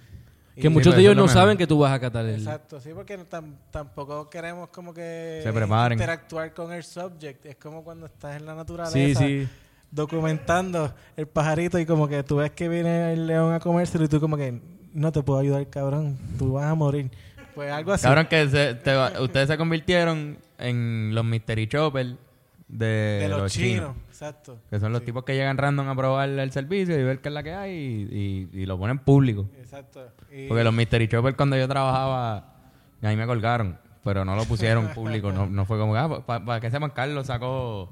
Y-
Que
mu-
muchos
pero
de
eso
ellos
es lo
no
mejor.
saben que tú vas a Qatar. el-
Exacto, sí, porque no tam- tampoco queremos como que
Se preparen.
interactuar con el subject. Es como cuando estás en la naturaleza
Sí, sí.
documentando el pajarito y como que tú ves que viene el león a comérselo y tú como que no te puedo ayudar, cabrón, tú vas a morir. Pues algo así.
Cabrón, que se- te va- ustedes se convirtieron en los Mystery Chopper de,
de los, chinos.
chinos.
Exacto.
Que son los tipos que llegan random a probar el servicio y ver qué es la que hay y, y- y lo ponen público.
Exacto. Y-
Porque los Mystery Chopper cuando yo trabajaba, ahí me colgaron, pero no lo pusieron público. No, no fue como, ah, para que sepan, Carlos sacó,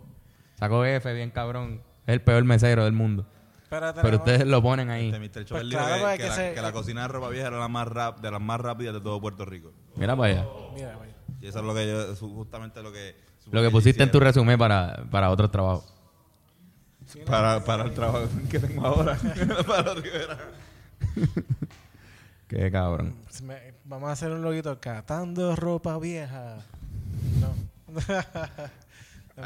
sacó F bien cabrón. Es el peor mesero del mundo.
pero tenemos-
Pero ustedes lo ponen ahí.
Este Mr. Chover
Pues
dijo
claro,
que-
pues,
que,
que
la,
se-
que la cocina de ropa vieja era la más rap, de las más rápidas de todo Puerto Rico.
Mira para allá.
Mira, vaya.
Y eso es lo que yo, su- justamente lo que.
Lo que pusiste en tu resumen para, para otros trabajos.
Para, para el trabajo que tengo ahora. para Rivera.
Qué cabrón.
Pues me- vamos a hacer un loguito catando ropa vieja. No.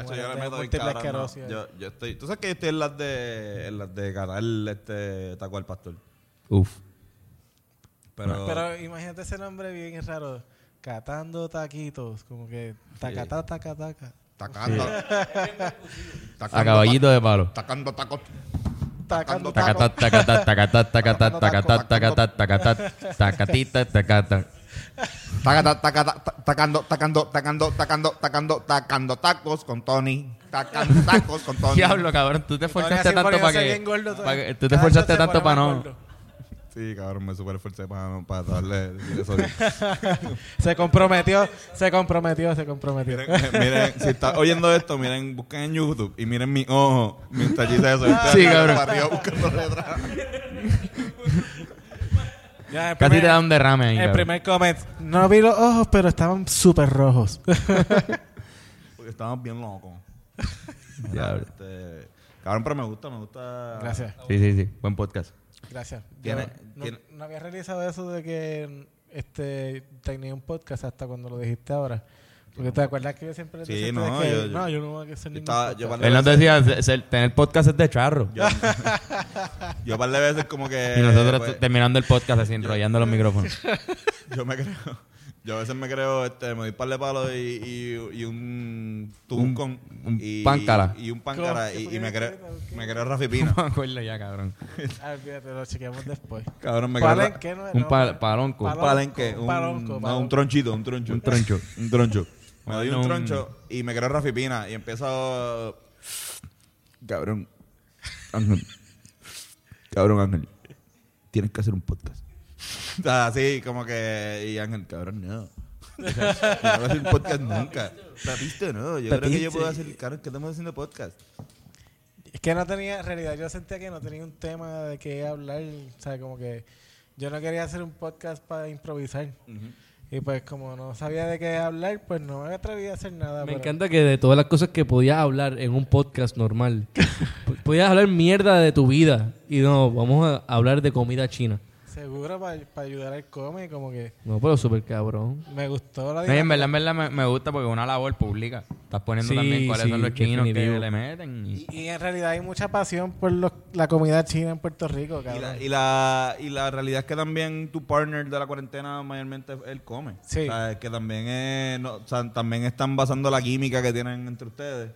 Hacho, yo le
Tengo
meto bien
múltiples
cabrón, no.
esclerosis.
Yo, yo estoy. Tú sabes que yo estoy en las de. En las de Qatar, este. Taco al pastor.
Uf.
Pero.
Ah. Pero imagínate ese nombre bien raro. Catando taquitos, como que tacatá, taca, taca.
tacando. tacando
A caballito de palo.
Tacando tacos.
Tacando tacos.
Tacatá, tacatá, tacatá, tacatá, tacatá, tacatá, tacatá, tacatita, tacatá.
Tacata, tacata, ta- tacando, tacando, tacando, tacando, tacando, tacando tacos con Tony. Tacando tacos con Tony.
Diablo, cabrón, tú te esforzaste
así porque
tanto
yo
para
soy
que,
bien gordo,
pa' que- Tú te
cada
esforzaste
vez se
tanto
pone
para
más
no.
gordo.
Sí, cabrón, me super esforcé para, para darle decir eso.
Se comprometió, se comprometió, se comprometió.
Miren, eh, miren, si estás oyendo esto, miren, busquen en YouTube y miren mi ojo mientras yo hice eso. Ustedes
Sí,
miren
cabrón.
para arriba buscando letras.
Ya, el
Casi
primer-
te da un derrame ahí.
El
cabrón.
primer comment. No vi los ojos, pero estaban súper rojos.
Porque estaban bien locos.
Diablo.
Este, cabrón, pero me gusta, me gusta.
Gracias.
Sí, sí, sí. Buen podcast.
Gracias.
Tiene-
Yo no,
tiene-
no había realizado eso de que este tenía un podcast hasta cuando lo dijiste ahora. Porque te acuerdas que yo siempre les
Sí,
decía a
no,
ustedes que,
yo-
no, yo no voy a hacer
Yo
ningún
estaba, yo
podcast.
par de
Él nos
veces-
decía, se- se- tener podcast es de charro.
yo, yo par de veces como que.
Y nosotros
eh,
pues,
terminando el podcast así, enrollando los micrófonos.
Yo me creo. Yo a veces me creo, este, me doy un par de palos y, y, y un tubuncón.
un
y,
páncara.
Y un páncara.
¿Cómo?
Y,
¿Por qué
y me
me
creo,
creo? ¿Qué?
me creo Rafi
No
Pina.
me acuerdo ya, cabrón.
Ah, fíjate, lo chequeamos después.
Cabrón, me creo.
Palen, ¿qué no era?
Un
No,
pal- palonco.
Un palenque. Un,
palonco,
no, un
palonco.
tronchito, un troncho. Un troncho. un troncho. Me doy
Bueno,
un
un-
troncho y me creo Rafi Pina. Y empiezo. Cabrón. Ángel. Cabrón, Ángel. Tienes que hacer un podcast. O sea, así Ah, como que. Y Ángel, cabrón, no. O sea, yo no voy a hacer un podcast nunca. Papito, no. Yo creo que yo puedo hacer. Cabrón, ¿qué estamos haciendo podcast?
Es que no tenía, en realidad yo sentía que no tenía un tema de qué hablar. O sea, como que yo no quería hacer un podcast para improvisar. Y pues como no sabía de qué hablar, pues no me atreví a hacer nada.
Me
pero-
encanta que de todas las cosas que podías hablar en un podcast normal, po- podías hablar mierda de tu vida. Y no, vamos a hablar de comida china.
Seguro para ayudar al come, como que
No, pero súper cabrón.
me gustó la
No, y en verdad, en verdad me, me gusta porque es una labor pública. Estás poniendo
Sí,
también cuáles
sí,
son los chinos
definitivo.
que le meten. y-
Y, y en realidad hay mucha pasión por los- la comida china en Puerto Rico,
Y
cabrón.
la, y, la, y la realidad es que también tu partner de la cuarentena mayormente él come.
Sí.
O sea, que también, es, no, o sea, también están basando la química que tienen entre ustedes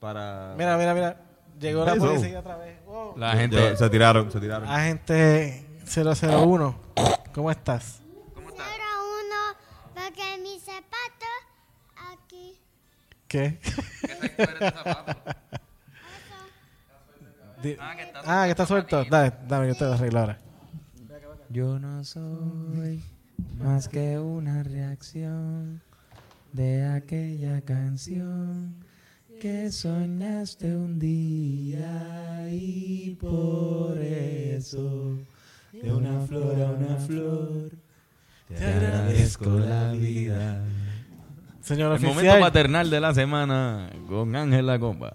para...
Mira, mira, mira. Llegó la
Eso.
policía otra vez. Wow.
La
Ya-
gente.
ya se tiraron, se
Ah.
tiraron.
Agente 001, ¿cómo estás?
Solo uno, porque mis zapatos aquí.
¿Qué? Di- Ah, que está suelto. Dale, dame, yo te lo arreglo ahora.
Yo no soy más que una reacción de aquella canción que soñaste un día y por eso de una flor a una flor te agradezco la vida.
Señor
El momento
oficial.
paternal de la semana con Ángel La Comba.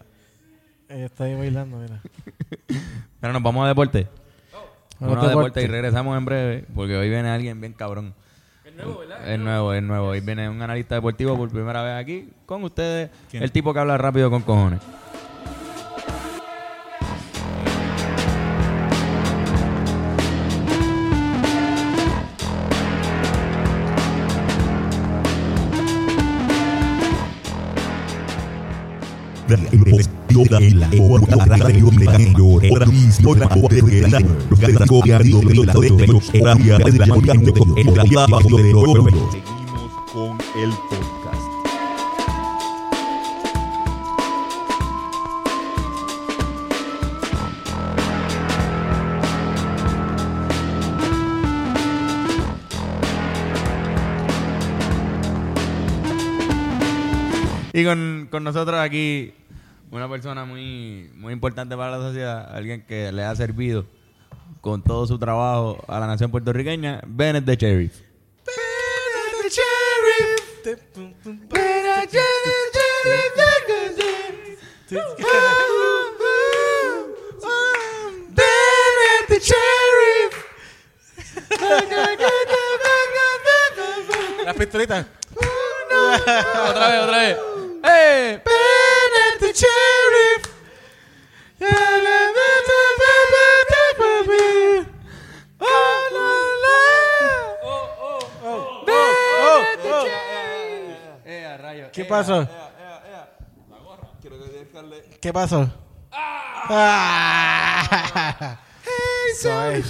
Ella está ahí bailando, mira.
Pero nos vamos a deporte. Vamos a
Otro
deporte y
corte.
regresamos en breve porque hoy viene alguien bien cabrón. El nuevo, ¿verdad? El nuevo, el nuevo. Hoy viene un analista deportivo por primera vez aquí con ustedes.
¿Quién?
El tipo que habla rápido con cojones.
Los
Seguimos con el podcast.
Y con, con nosotros aquí una persona muy, muy importante para la sociedad, alguien que le ha servido con todo su trabajo a la nación puertorriqueña, Bennett de Sheriff.
Las pistolitas.
otra vez, otra vez. ¡Eh!
Oh,
¿Qué pasó? ¿Qué pasó? Ah. Sorry.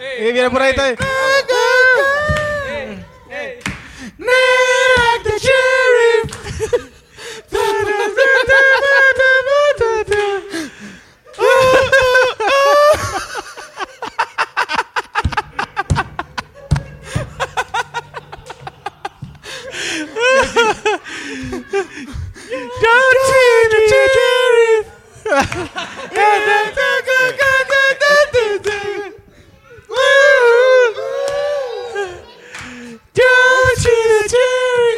Eh,
Y viene por ahí. está ahí.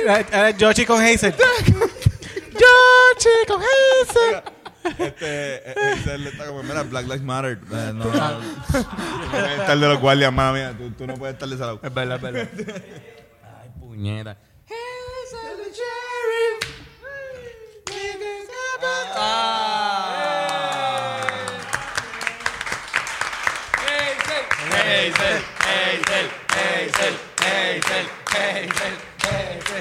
Era- Era Yoshi con Hazel. Yoshi con Hazel.
Este, eh, este le está como, mira, Black Lives Matter. Eh, no, no, no. Tú no puedes estar de los guardias, mala mía. Tú, tú no puedes estar de esa lado.
Es verdad, es verdad. Ay, puñeta.
La
Hablando de
gente-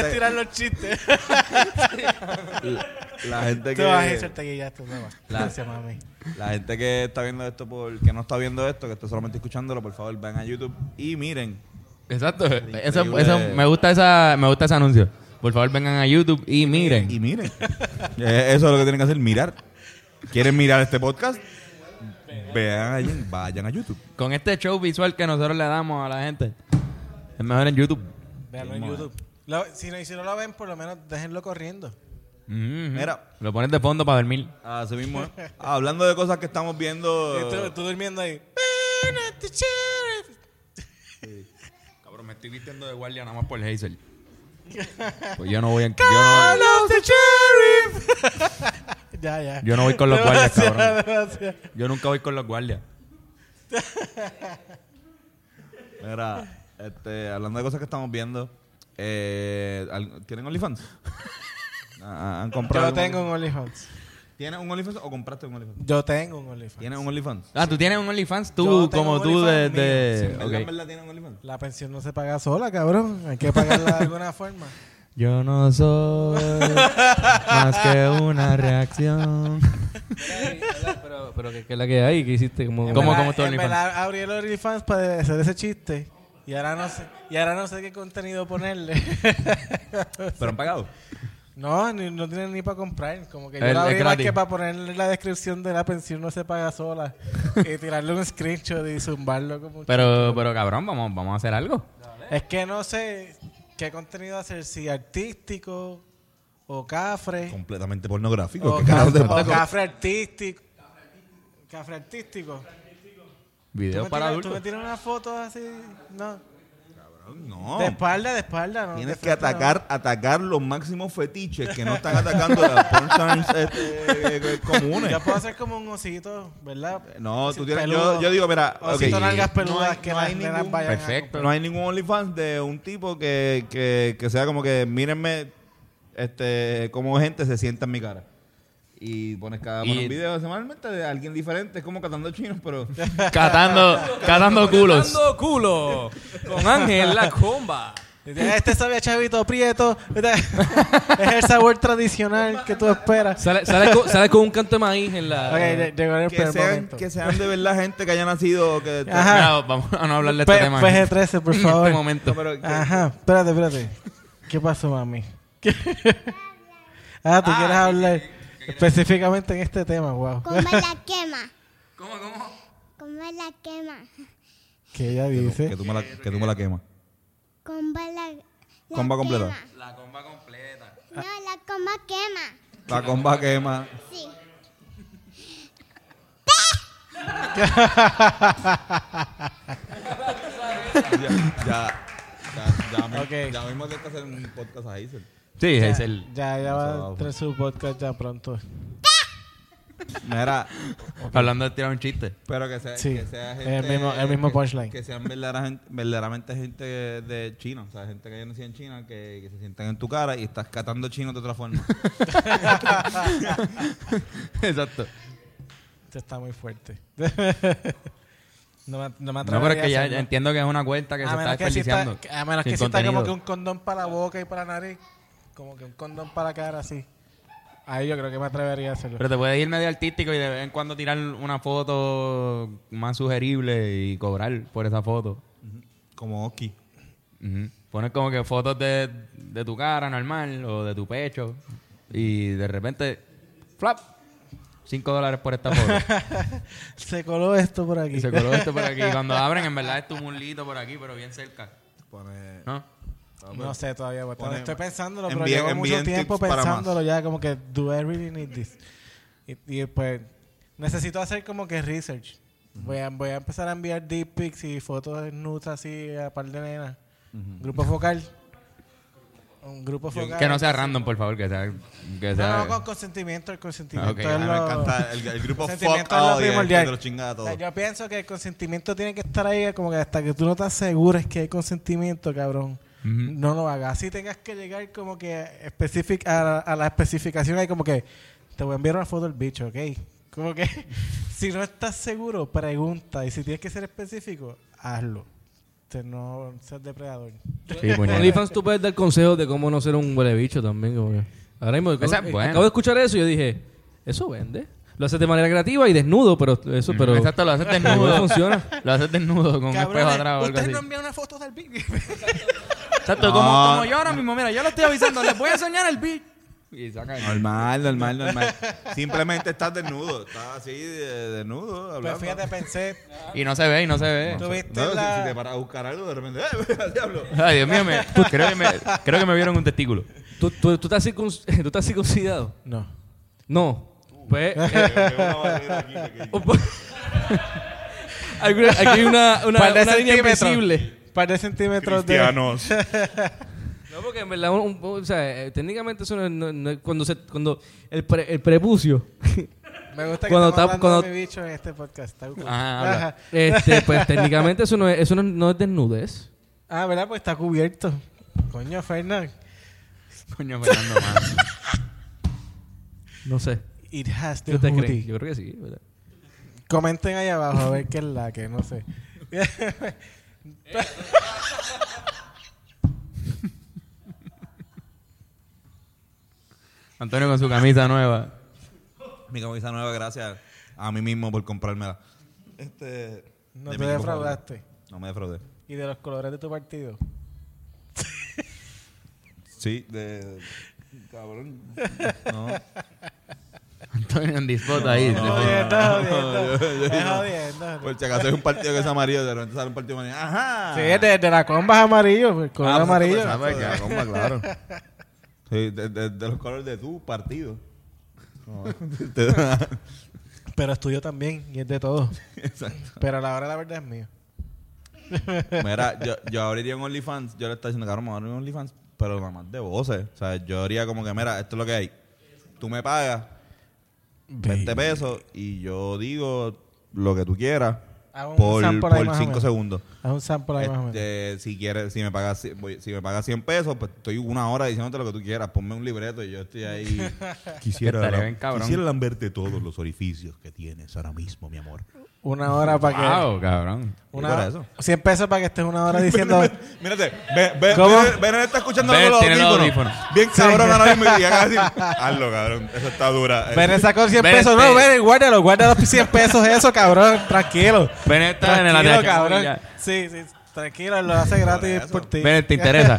estirar los chistes.
la gente
Tú vas a
que.
hacerte guía, tú no vas.
La-
Gracias, mami.
La gente que está viendo esto, por, que no está viendo esto, que está solamente escuchándolo, por favor, vayan a YouTube y miren.
Exacto. Eso,
Increíble.
eso- me, gusta esa, me gusta ese anuncio. Por favor, vengan a YouTube y miren.
Y miren. Eh, Eso es lo que tienen que hacer, mirar. ¿Quieren mirar este podcast? Vean allí, vayan a YouTube.
Con este show visual que nosotros le damos a la gente, es mejor en YouTube.
Véanlo en YouTube. Lo- si, no, si no lo ven, por lo menos déjenlo corriendo.
Mhm.
Mira.
Lo pones de fondo para dormir.
Así mismo. ¿eh? Hablando de cosas que estamos
Y tú,
viendo.
tú durmiendo ahí. "Man at the sheriff".
Cabrón, me estoy vistiendo de guardia nada más por Hazel. Pues yo no voy en- yo
I
no,
love the sheriff. ya, ya.
yo no voy con los guardias, cabrón.
Demasiado, demasiado.
Yo nunca voy con los guardias.
Mira, este, hablando de cosas que estamos viendo. eh, al- ¿Tienen OnlyFans? Ah, ¿Han
Yo
comprado?
no
algún
tengo un OnlyFans.
OnlyFans? ¿Tienes un OnlyFans o compraste un OnlyFans?
Yo tengo un OnlyFans.
¿Tienes un OnlyFans?
Ah, tú tienes un OnlyFans,
Yo
tú,
tengo
como
un
tú, de.
OnlyFans
de-
¿En verdad,
ok.
en verdad tienes un OnlyFans?
La pensión no se paga sola, cabrón. Hay que pagarla de alguna forma.
Yo no soy más que una reacción.
pero, pero que, que la que hay, que hiciste como...
¿Cómo-
En
cómo
verdad-
tú
en
OnlyFans?
verdad abrí el OnlyFans para hacer ese chiste. Y ahora no sé, y ahora no sé qué contenido ponerle.
Pero han pagado.
no, ni- no tienen ni para comprar. Como que yo
El-
la
es
abrí más
gratis.
que para ponerle la descripción de la pensión no se paga sola. y tirarle un screenshot y zumbarlo como un
Pero, pero cabrón, vamos, vamos a hacer algo.
Es que no sé qué contenido hacer, si artístico o cafre.
Completamente pornográfico.
O,
¿Qué
ca-
carajo te
o
pasa?
cafre artístico. Cafre artístico. ¿Tú me,
Video para
tiras, tú me
adultos.
tiras una foto así? No.
No.
De espalda, de espalda, no.
Oh. Tienes
de
que
frente,
atacar, atacar los máximos fetiches que no están atacando las porn stars, este, eh, eh,
no.
comunes.
Yo puedo hacer como un osito, ¿verdad?
No, tú
Sí,
tienes,
peludo.
yo, yo digo, mira, ok.
Osito nalgas peludas
No hay-
que
no
las
hay
nenas
ningún-
vayan a
Perfecto.
no hay ningún OnlyFans de un tipo que, que, que sea como que, mírenme, este, como gente se sienta en mi cara. Y pones cada
Y-
pones un video semanalmente de alguien diferente, es como catando chinos, pero...
Catando, catando culos.
Dando culo con Ángel la comba.
comprar. Este sabía chavito prieto. Este- es el sabor tradicional que tú esperas.
Sale, sale, con, sale con un canto de maíz en la...
Ok, lle- llegó el
que,
peor
sean,
momento.
que sean de verdad gente que haya nacido... Que,
Ajá.
Mira, vamos a no hablar de este
P-
tema.
PG-13, por
En
favor.
este momento.
No, pero que-
Ajá, espérate, espérate. ¿Qué pasó, mami? ¿Qué? ah, tú quieres hablar específicamente en este tema, wow.
Come la quema.
¿Cómo, cómo?
Come la quema.
Que ella
que
dice.
tú me la, que tú me la quemas.
Come la, la
Comba completa.
quema.
La comba completa.
No, la coma quema.
La comba quema.
Sí.
ya, ya, ya, ya, mi-
Ok.
ya mismo tienes que hacer un podcast a Hazel.
Sí, es el.
Ya, ya
Eso
va
va,
a entrar su podcast ya pronto. Este
Mira,
Hablando de tirar un chiste.
pero que sea,
Sí,
que sea
el
gente...
mismo- el mismo
que-
punchline.
Que sean verdadera gen- verdaderamente gente de China, o sea, gente que haya nacido en China, que, que se sientan en tu cara y estás catando chinos de otra forma.
Exacto.
Esto está muy fuerte. no me, no
No,
me
pero es que ya, ya
atrevería a hacerlo.
entiendo que es una cuenta que
A
se está
menos que sí
desperdiciando.
está- A menos
sin
que sí está como
contenido.
que un condón para la boca y para la nariz. Como que un condón para la cara, así. Ahí yo creo que me atrevería a hacerlo.
Pero te puedes ir medio artístico y de vez en cuando tirar una foto más sugerible y cobrar por esa foto.
Como Oki.
Ujú. Pones como que fotos de, de tu cara normal o de tu pecho y de repente, flap, 5 dólares por esta foto.
Se coló esto por aquí.
y se coló esto por aquí. Y cuando abren, en verdad es tu mulito por aquí, pero bien cerca.
Pone,
¿No? Ah,
No sé todavía, pues,
Pone-
estoy pensándolo, pero
envíen-
llevo mucho
envíen
tiempo
tips para
pensándolo ya, como que, do I really need this? Y, y pues, necesito hacer como que research. Voy a, voy a empezar a enviar deep pics y fotos desnudas así a par de nenas. Grupo focal. Un grupo focal.
Que no sea random, por favor, que sea... Que
No,
sea
no, con consentimiento, el consentimiento.
Ah, ok,
es
a mí
me
lo-
encanta el, el grupo
consentimiento
Fuck
es lo
All, que
primordial.
te lo chinga a
O
todo.
sea, yo pienso que el consentimiento tiene que estar ahí como que hasta que tú no te asegures que hay consentimiento, cabrón. No lo hagas. Así tengas que llegar como que especific- a, la- a la especificación ahí como que te voy a enviar una foto del bicho, ¿ok? Como que si no estás seguro, pregunta. Y si tienes que ser específico, hazlo. O sea, no seas depredador.
Sí,
En
puñeta.
OnlyFans tú puedes dar consejos de cómo no ser un huele bicho también. como que. Ahora mismo,
Esa es
acabo-
buena.
acabo de escuchar eso y yo dije, eso vende. Lo haces de manera creativa y desnudo, pero eso, pero...
Exacto, lo haces
No
desnudo.
funciona.
Lo haces desnudo con un espejo
Cabrones,
atrás o algo
ustedes
así.
no envían una foto del Big
Exacto, como, como yo ahora mismo, mira, yo lo estoy avisando, les voy a enseñar el beat. Y saca el-
Normal, normal, normal. Simplemente estás desnudo. Estás así, de- desnudo.
Pues
Hablando.
fíjate, pensé,
Y no se ve, y no se ve.
tuviste
No, si- si, te
la...
paras a buscar algo, de repente, ¡eh, diablo!
Ay, Dios mío, me- creo, que me, creo que me vieron un testículo.
¿Tú, tú, tú, estás circun- ¿Tú estás circuncidado?
No.
No. Pues... eh,
Veo una barrera aquí pequeña.
un po- hay una, aquí hay una, una,
Par de
una línea
centímetros.
invisible.
Par de centímetros de...
Cristianos.
No, porque en verdad, un- un- o sea, eh, técnicamente eso no, no- no- cuando se, cuando el, pre- el prepucio,
Me gusta que
Cuando
estamos
tap-
hablando
cuando- Ah,
de mi bicho en este podcast. Está cool.
Ajá, habla.
Ajá.
este, pues técnicamente eso no es, eso no, es- no es desnudez.
Ah, ¿verdad? Pues está cubierto. Coño, Fernan.
Coño, Fernando, mano.
No sé.
It has
¿Qué
the
ustedes
hoodie.
creen? Yo creo que sí, ¿verdad?
Comenten ahí abajo a ver qué es la que, no sé.
Antonio con su camisa nueva.
Mi camisa nueva, gracias a mí mismo por comprármela. Este,
No
de
te
mi equipo
defraudaste.
favorito. No me defraudé.
Y de los colores de tu partido.
Sí, de. Cabrón. No.
Antonio en disputa ahí.
No,
Jodiendo,
no, Pues,
jodiendo.
yo- yo-
Es
no.
jodiendo.
Por si acaso hay un partido que es amarillo, de repente sale un partido amarillo. ¡Ajá!
Sí, de, de la comba es amarillo, el color
Ah, pues,
amarillo.
ah, pues, ya, compa, claro. Sí, de, de- de los colores de tu partido. No. pues.
Pero es tuyo también y es de todos.
Exacto.
Pero a la hora de la verdad es mío.
Mira, yo, yo abriría un OnlyFans. Yo le estaba diciendo, cabrón, me voy a abrir un OnlyFans, pero nada más de voces. O sea, yo haría como que, mira, esto es lo que hay. Tú me pagas
Pues,
20 pesos y yo digo lo que tú quieras
Hago un
por
sample ahí más o
5
menos.
segundos.
Haz un sample ahí más o menos.
Este, si quieres, si me pagas ci- voy- si me pagas 100 pesos, pues estoy una hora diciéndote lo que tú quieras, ponme un libreto y yo estoy ahí. Quisiera,
Estaría bien cabrón.
quisiera lamberte todos los orificios que tienes ahora mismo, mi amor.
Una hora para que.
Wow, cabrón.
¿Y
Una,
para eso?
100 pesos para que estés una hora diciendo.
Mírate, ve- ve-
¿Cómo?
Beren- Beren está escuchando
Beren
algo con
tiene
los
los
audífonos.
audífonos.
Bien cabrón ahora mismo y acaba de decir, hazlo, cabrón, eso está
Eh,
dura.
Ven, sacó 100
Ven,
pesos.
este-
No, ven, guárdalo, guárdalo 100 pesos eso, cabrón. Tranquilo.
Benet está en el
Tranquilo,
ATH.
cabrón.
Ya.
Sí, sí. Tranquilo, lo hace gratis
eso.
por ti.
Benet, ¿te interesa?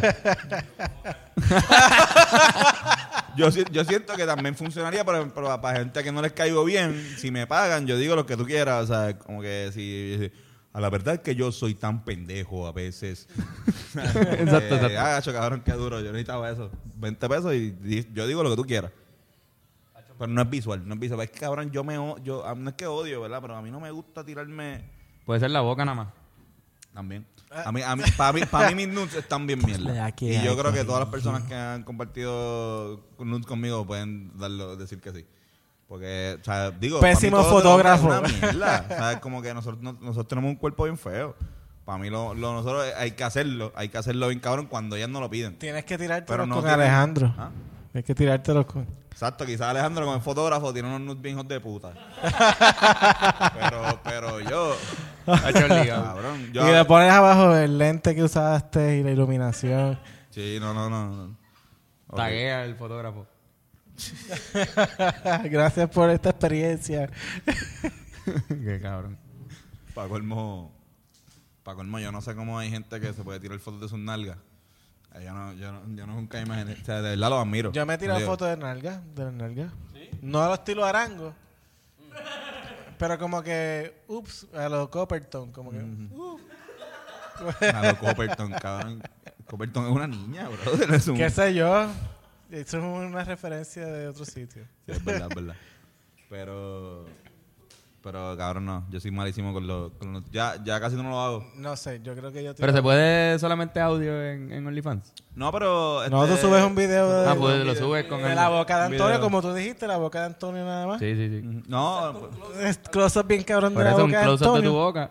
Yo, si- yo siento que también funcionaría para, para, para gente que no les caigo bien. Si me pagan, yo digo lo que tú quieras. O sea, como que si... si- a la verdad que yo soy tan pendejo a veces.
Exacto, exacto.
Ah, gacho, cabrón, qué duro. Yo necesitaba eso. 20 pesos y di- yo digo lo que tú quieras. Pero no es visual, no es visual. Es que, cabrón, yo me... o- Yo, a- no es que odio, ¿verdad? Pero a mí no me gusta tirarme...
Puede ser la boca nada más.
También. A mí, a mí, para mí, pa' mí mis nudes están bien mierda.
Aquí
Y
hay
yo creo que todas las personas que han compartido nudes conmigo pueden darlo, decir que sí. Porque, o sea, digo... pa' mí
Pésimo
todo lo demás es
fotógrafo.
una mierda. O sea, es como que nosotros, no- nosotros tenemos un cuerpo bien feo. Para mí, lo, lo- nosotros hay que hacerlo. Hay que hacerlo bien cabrón cuando ellas no lo piden.
Tienes que tirártelo
Pero no
con
tiene-
Alejandro.
¿Ah?
Tienes que tirártelo con.
Exacto, quizás Alejandro como es fotógrafo tiene unos nudes bien hijos de puta. pero, pero yo...
Ha hecho el ligado.
Cabrón, yo...
Y le pones abajo el lente que usaste y la iluminación.
Sí, no, no, no. no. Ok.
Taguea el fotógrafo.
Gracias por esta experiencia.
Qué cabrón.
Para colmo, pa' colmo, yo no sé cómo hay gente que se puede tirar fotos de sus nalgas. Eh, Yo, no, yo, no, yo no nunca imaginé. O sea, de verdad lo admiro.
Yo me he tirado
Digo,
fotos de nalga, de las nalgas. No a lo estilo arango. Pero como que, ups, a lo Copperton, como que.
A lo Copperton, cabrón. Copperton es una niña, bro. Es un...
¿Qué sé yo? Eso es una referencia de otro sitio.
Sí, es verdad, es verdad. Pero, pero cabrón, no. Yo soy malísimo con los... Con los- ya, ya casi no lo hago.
No sé, yo creo que yo
Pero
tiro-
se puede solamente audio en, en OnlyFans.
No, pero...
No, tú
este,
subes un video de,
Ah, pues lo subes con
de
el-
la boca de Antonio,
video.
como tú dijiste, la boca de Antonio nada más.
Sí, sí, sí.
No, pues-
Es Close-up bien cabrón
Por
de la
eso un
boca de
close-up de tu
Antonio.
boca.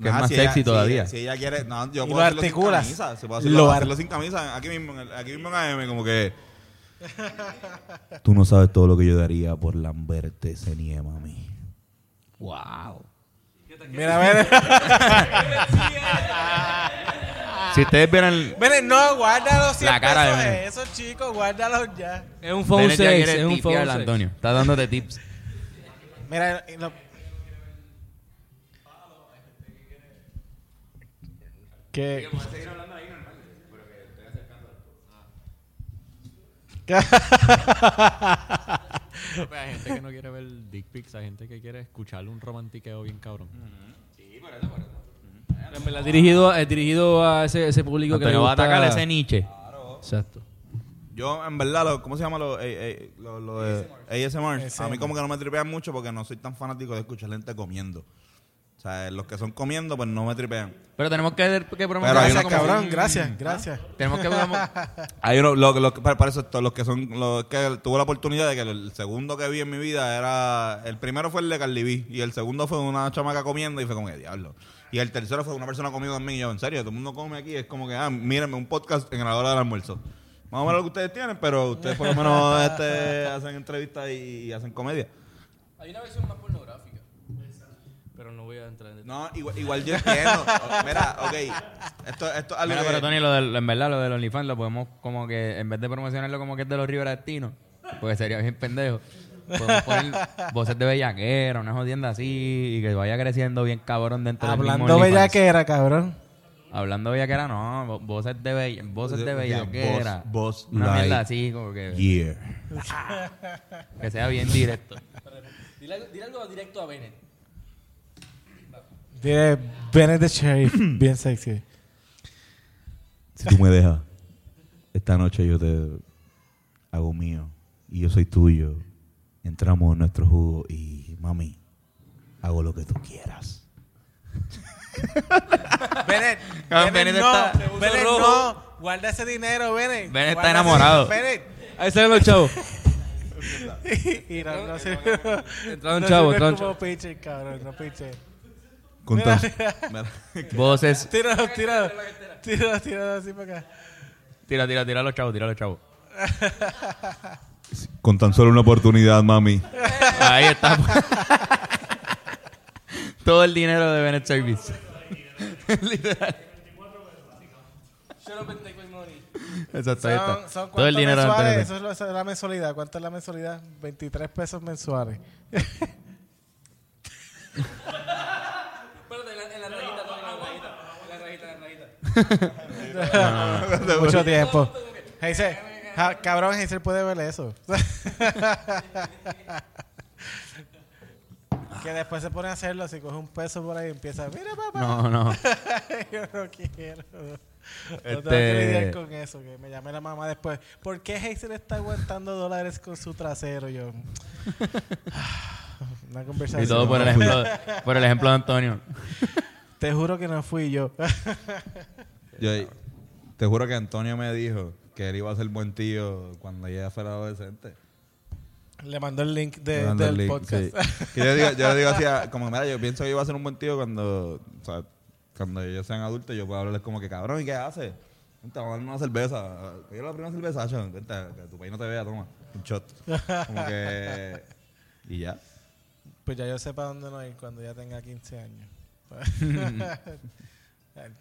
Que es
Ajá,
más
si ella-
sexy
si
todavía.
ella- si ella quiere, no, yo
Y
puedo
lo
hacerlo
articulas.
sin camisa. Si puedo
Lo
hacerlo,
ar-
hacerlo sin camisa, aquí mismo, en el- aquí mismo en AM, como que... Tú no sabes todo lo que yo daría por lamberte ese niema a mí.
Wow.
Mira, a ver.
Si Si ustedes vieran.
Miren, no, guárdalos. 100
La cara de
pesos,
Mene.
Esos chicos, guárdalos ya.
Es un phone
Dennis ya
sex,
quiere
es un phone
tipear,
sex.
Antonio. Está dándote tips.
Mira, y lo- que
Ah.
Hay gente que no quiere ver dick pics, hay gente que quiere escuchar un romantiqueo bien cabrón.
En verdad, dirigido, es dirigido a ese, ese público que le
Antonio va a
gusta.
atacar ese niche.
Exacto.
Yo, en verdad, lo- ¿cómo se llama lo, eh, eh, lo- lo de ASMR? A mí como que no me tripean mucho porque no soy tan fanático de escuchar gente comiendo. O sea, los que son comiendo, pues no me tripean.
Pero tenemos que, que promover
Pero hay
eso
una
como- Mm.
cabrón, gracias, gracias.
Tenemos que promover.
Hay uno, lo, lo- para para eso, esto, los que son, los que tuve la oportunidad de que el segundo que vi en mi vida era, el primero fue el de Cardi B, y el segundo fue una chamaca comiendo y fue como que diablo. Y el tercero fue una persona comiendo también y yo, en serio, todo el mundo come aquí, es como que, ah, mírenme un podcast en la hora del almuerzo. Más o menos lo que ustedes tienen, pero ustedes por lo menos este, hacen entrevistas y, y hacen comedia.
Hay una versión más pornográfica. Pero no voy a entrar en detalle.
No, igual, igual yo entiendo. O- Mira, ok, esto, esto es algo
Mira,
que-
pero Tony, lo del- en verdad, lo del OnlyFans lo podemos como que, en vez de promocionarlo como que es de los riveratinos, porque sería bien pendejo, podemos poner voces de bellaquera, una jodienda así, y que vaya creciendo bien cabrón dentro del
Hablando
mismo OnlyFans.
bellaquera, cabrón.
Hablando bellaquera, no, vo- voces de, bella- voces de
Voz-
bellaquera.
voz
una
like-
mierda así, como que,
Yeah.
que sea bien directo.
Dile, algo- dile algo directo a Bennett.
Tiene Bennett the Sheriff, bien sexy.
Si tú me dejas, esta noche yo te hago mío y yo soy tuyo. Entramos en nuestro jugo y mami, hago lo que tú quieras.
Bennett,
Ah,
Bennett,
Bennett
no,
está- se puso
Bennett
rojo.
no, guarda ese dinero, Bennett.
Bennett está
Guarda ese
enamorado.
dinero,
Ahí salen los chavos.
Bennett. y no, no sirve-
Entraron
no
chavos,
sirve
entraron
como
chavos.
pinche, cabrón, no pinche.
Con
Mira,
tan-
Voces,
Tíralo, tíralo, tíralo, tíralo así para acá.
tira, tira, tira a los chavos, tira a los chavos.
con tan solo una oportunidad, mami.
Ahí está. Todo el dinero de Bennett Service. Literal. Exacto, ahí está.
Son, son
Todo el
cuántos
dinero de
mensuales,
Antonio.
eso es, lo- eso es la mensualidad. ¿Cuánto es la mensualidad? 23 pesos mensuales. Mucho tiempo. Hazel, ja- cabrón, Hazel puede ver eso. que después se pone a hacerlo, si coge un peso por ahí y empieza, mira papá,
No, no.
yo no quiero. No tengo
Este-
que lidiar con eso, que me llame la mamá después. ¿Por qué Hazel está aguantando dólares con su trasero? Yo. Una conversación.
Y todo por el ejemplo, por el ejemplo de Antonio.
Te juro que no fui yo.
Yo, te juro que Antonio me dijo que él iba a ser buen tío cuando ella fuera adolescente.
Le mandó el link de-
Dándole
del
link,
podcast.
sí. Que yo, le digo, yo le digo así, a- como mira, yo pienso que yo voy a ser un buen tío cuando, o sea, cuando ellos sean adultos, yo puedo hablarles como que, cabrón, ¿y qué haces? Te vamos a dar una cerveza. Yo la primera cerveza, Acho, vente, que tu país no te vea, toma, un shot. Como que, y ya.
Pues ya yo sé para dónde no ir cuando ya tenga 15 años.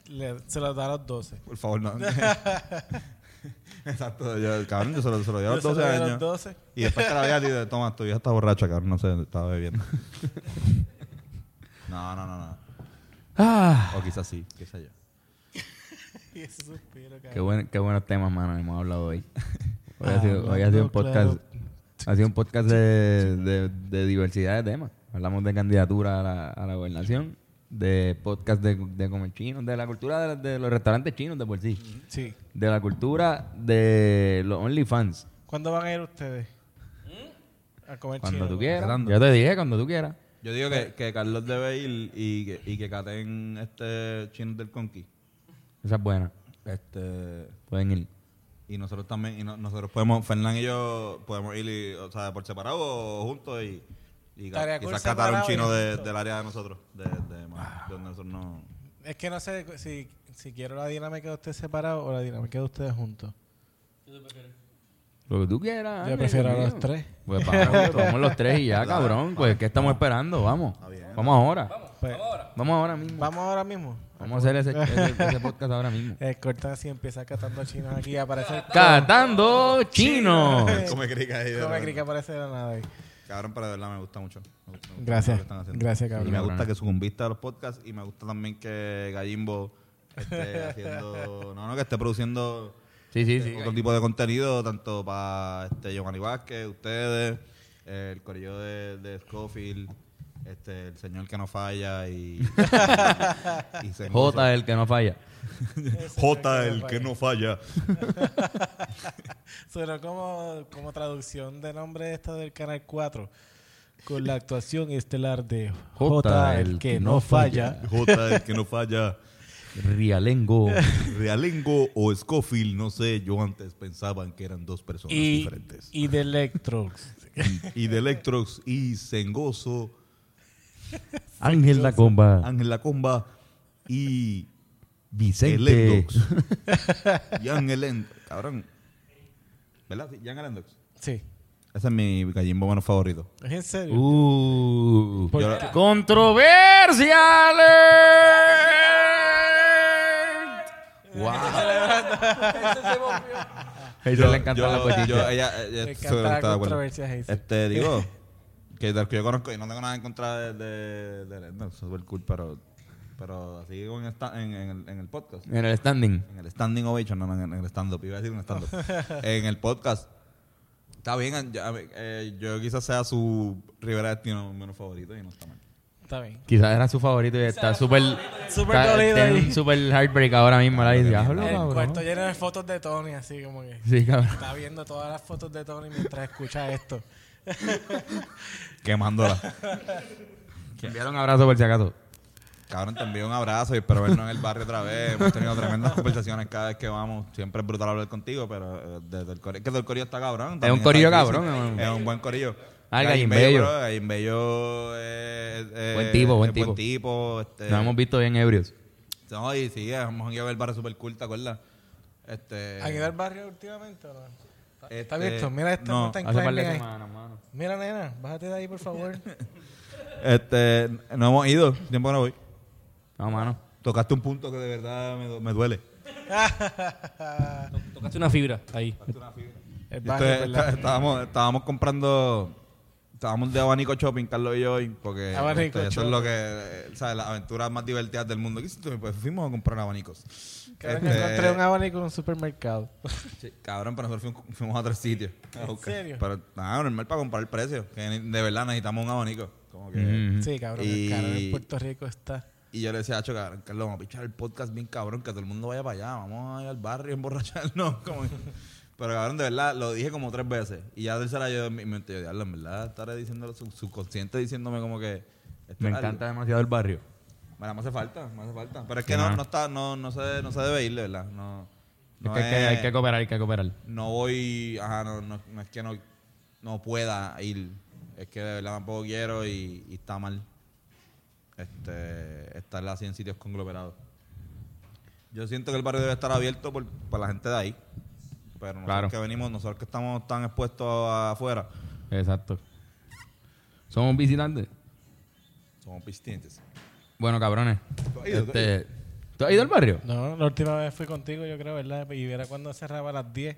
Le- se lo da a los 12.
Por favor, no. Exacto, yo, cabrón, yo se lo, se lo di a los
Yo
12
se lo di a los
años.
12.
Y después te la veía a ti de, toma, tu hija está borracha, cabrón, no sé, estaba bebiendo. no, no, no, no.
Ah,
O quizás sí, qué sé yo.
Y ese suspiro, cabrón.
qué, buen- qué buenos temas, mano, hemos hablado hoy. Hoy ha
Ah,
sido, hoy ha sido un
claro.
podcast, ha sido un podcast de, de- de diversidad de temas. Hablamos de candidatura a la, a la gobernación, de podcast de, de comer chino, de la cultura de, de los restaurantes chinos de por sí.
Sí.
de la cultura de los OnlyFans.
¿Cuándo van a ir ustedes? ¿Mm? A comer
Cuando
chino.
tú quieras.
Empezando.
Yo te dije cuando tú quieras.
Yo digo que, que Carlos debe ir y que, y que caten este chinos del Conqui.
Esa es buena.
Este,
Pueden ir.
y nosotros también, y no- nosotros podemos, Fernán y yo podemos ir, y, o sea, por separado o juntos y, y ca-
Estaría cool
quizás catar un
separado y
chino de-
juntos.
del área de nosotros, de, de-
Ah.
de donde nosotros no.
Es que no sé si, si quiero la dinámica de ustedes separados o la dinámica de ustedes juntos.
Lo que tú quieras.
Yo
Ángel,
prefiero a
Dios
los
mío.
tres.
Pues vamos, vamos los tres y ya, cabrón. Pues, ¿qué estamos esperando? Vamos. Vamos ahora.
Pues,
Vamos ahora mismo.
Vamos ahora mismo.
Vamos a hacer ese, ese- ese podcast ahora mismo.
Eh, corta así, empieza catando chinos aquí y aparece.
Catando chino.
Come crica ahí. de
Eh, Come
verdad.
cric aparece de la nada ahí.
Cabrón, para de verdad me gusta mucho. Me gusta mucho lo
Gracias.
que están haciendo.
Gracias, cabrón.
Y me gusta que sucumbiste a los podcasts y me gusta también que Gallimbo esté haciendo. No, no, que esté produciendo
Sí, sí,
eh,
sí.
otro tipo de contenido, tanto para este Giovanni Vázquez, ustedes, eh, el corillo de, de Scofield, este, el señor que no falla y. y- y se-
J el que no falla.
J, el que no falla.
Suena como, como traducción de nombre esta del Canal 4. Con la actuación estelar de J, el que no falla.
J, el que no falla.
Rialengo.
Realengo o Scofield, no sé, yo antes pensaban que eran dos personas
Y,
diferentes.
y de Electro.
Y de Electrox y Sengoso,
Ángel la comba.
Ángel Lacomba y
Vicente.
Electrox. y Ángel End- Cabrón. ¿Verdad? Sí, Ángel Endox.
Sí.
Ese es mi gallimbo bueno favorito.
¿Es en serio?
Uh.
Yo la-
Controversiales. Wow. Eso le encanta
yo-
la pochita.
yo- ella, ella
Le
se-
encanta la
está de acuerdo.
controversia, Hazel.
Este, digo, que de los que yo conozco, y no tengo nada en contra de, de, de Lennox, super cool, pero, pero así en, esta- en, en el, en el podcast.
En el standing.
En el standing ovation, no, no, en el stand-up. Iba a decir un stand-up. en el podcast. Está bien, ya, eh, yo quizás sea su Rivera Destino menos favorito y no está mal.
Está bien.
Quizás era su favorito y está súper.
Súper
está-
dolido
está en
ahí.
un Súper heartbreak ahora mismo. La dice, "Habla,
El
cabrón".
cuarto lleno de fotos de Tony, así como que.
Sí, cabrón.
Está viendo todas las fotos de Tony mientras escucha esto.
Quemándola.
Enviaron un abrazo por si acaso.
Cabrón, te envío un abrazo y espero vernos en el barrio otra vez. Hemos tenido tremendas conversaciones cada vez que vamos. Siempre es brutal hablar contigo, pero eh, desde el corillo, que del corillo está cabrón. también
un
está
corillo
difícil.
cabrón, es un-
Es un buen corillo.
Ah, el Gallimbello.
Gallimbello, bro, Gallimbello, eh, eh,
Buen tipo, buen
es
tipo.
Buen tipo. Este,
Nos hemos visto bien ebrios.
No, y sí, hemos ido a ver barra super cool, ¿te acuerdas? Este,
¿Han ido al barrio últimamente o no? ¿Está
este,
abierto? Mira este
no,
mountain
Hace par de
climbing ahí.
semanas, mano.
Mira, nena, bájate de ahí, por favor.
Este, no hemos ido, tiempo que no voy.
No, mano.
Tocaste un punto que de verdad me, du- me duele.
Tocaste una fibra ahí.
El
Yo
barrio,
estoy-
¿verdad?
está- estábamos, estábamos comprando, estábamos de abanico shopping, Carlos y yo, y porque este,
Abanico
eso es
shopping.
lo que, eh, ¿sabes? Las aventuras más divertidas del mundo. ¿Qué hiciste? Pues fuimos a comprar abanicos.
Creo que
Este,
encontré un abanico en un supermercado.
Sí, cabrón, pero nosotros fuimos, fuimos a tres sitios. a buscar.
serio?
Pero nada, normal para comprar el precio. Que ni- de verdad necesitamos un abanico. Como que...
Mm.
Sí, cabrón,
Y-
el caro en Puerto Rico está.
Y yo le decía, Acho, cabrón, Carlos, vamos a pichar el podcast bien cabrón, que todo el mundo vaya para allá, vamos a ir al barrio a emborracharnos. Como... Pero cabrón, de verdad, lo dije como tres veces. Y ya la tercera yo en mi mente, yo diablo, en verdad, estaré diciéndolo, su- subconsciente diciéndome como que... esto
Me
es algo".
encanta demasiado el barrio.
Mira, me hace falta, me hace falta. Pero es que
Sí,
no,
mano.
no está, no, no se, no se debe ir, de verdad. No,
Es
no
que hay, que,
es-
hay que cooperar, hay que cooperar.
no voy, ajá, no, no, no es que no, no pueda ir, es que de verdad tampoco quiero y, y está mal este, estar así en sitios conglomerados. Yo siento que el barrio debe estar abierto por, para la gente de ahí, pero nosotros
Claro.
que venimos, nosotros que estamos tan expuestos afuera,
Exacto. Somos visitantes.
somos pistintes.
Bueno, cabrones.
has ido, tú has
Este, ¿Tú has ido al barrio?
No, la última vez fui contigo, yo creo, ¿verdad? Y era cuando cerraba a las 10.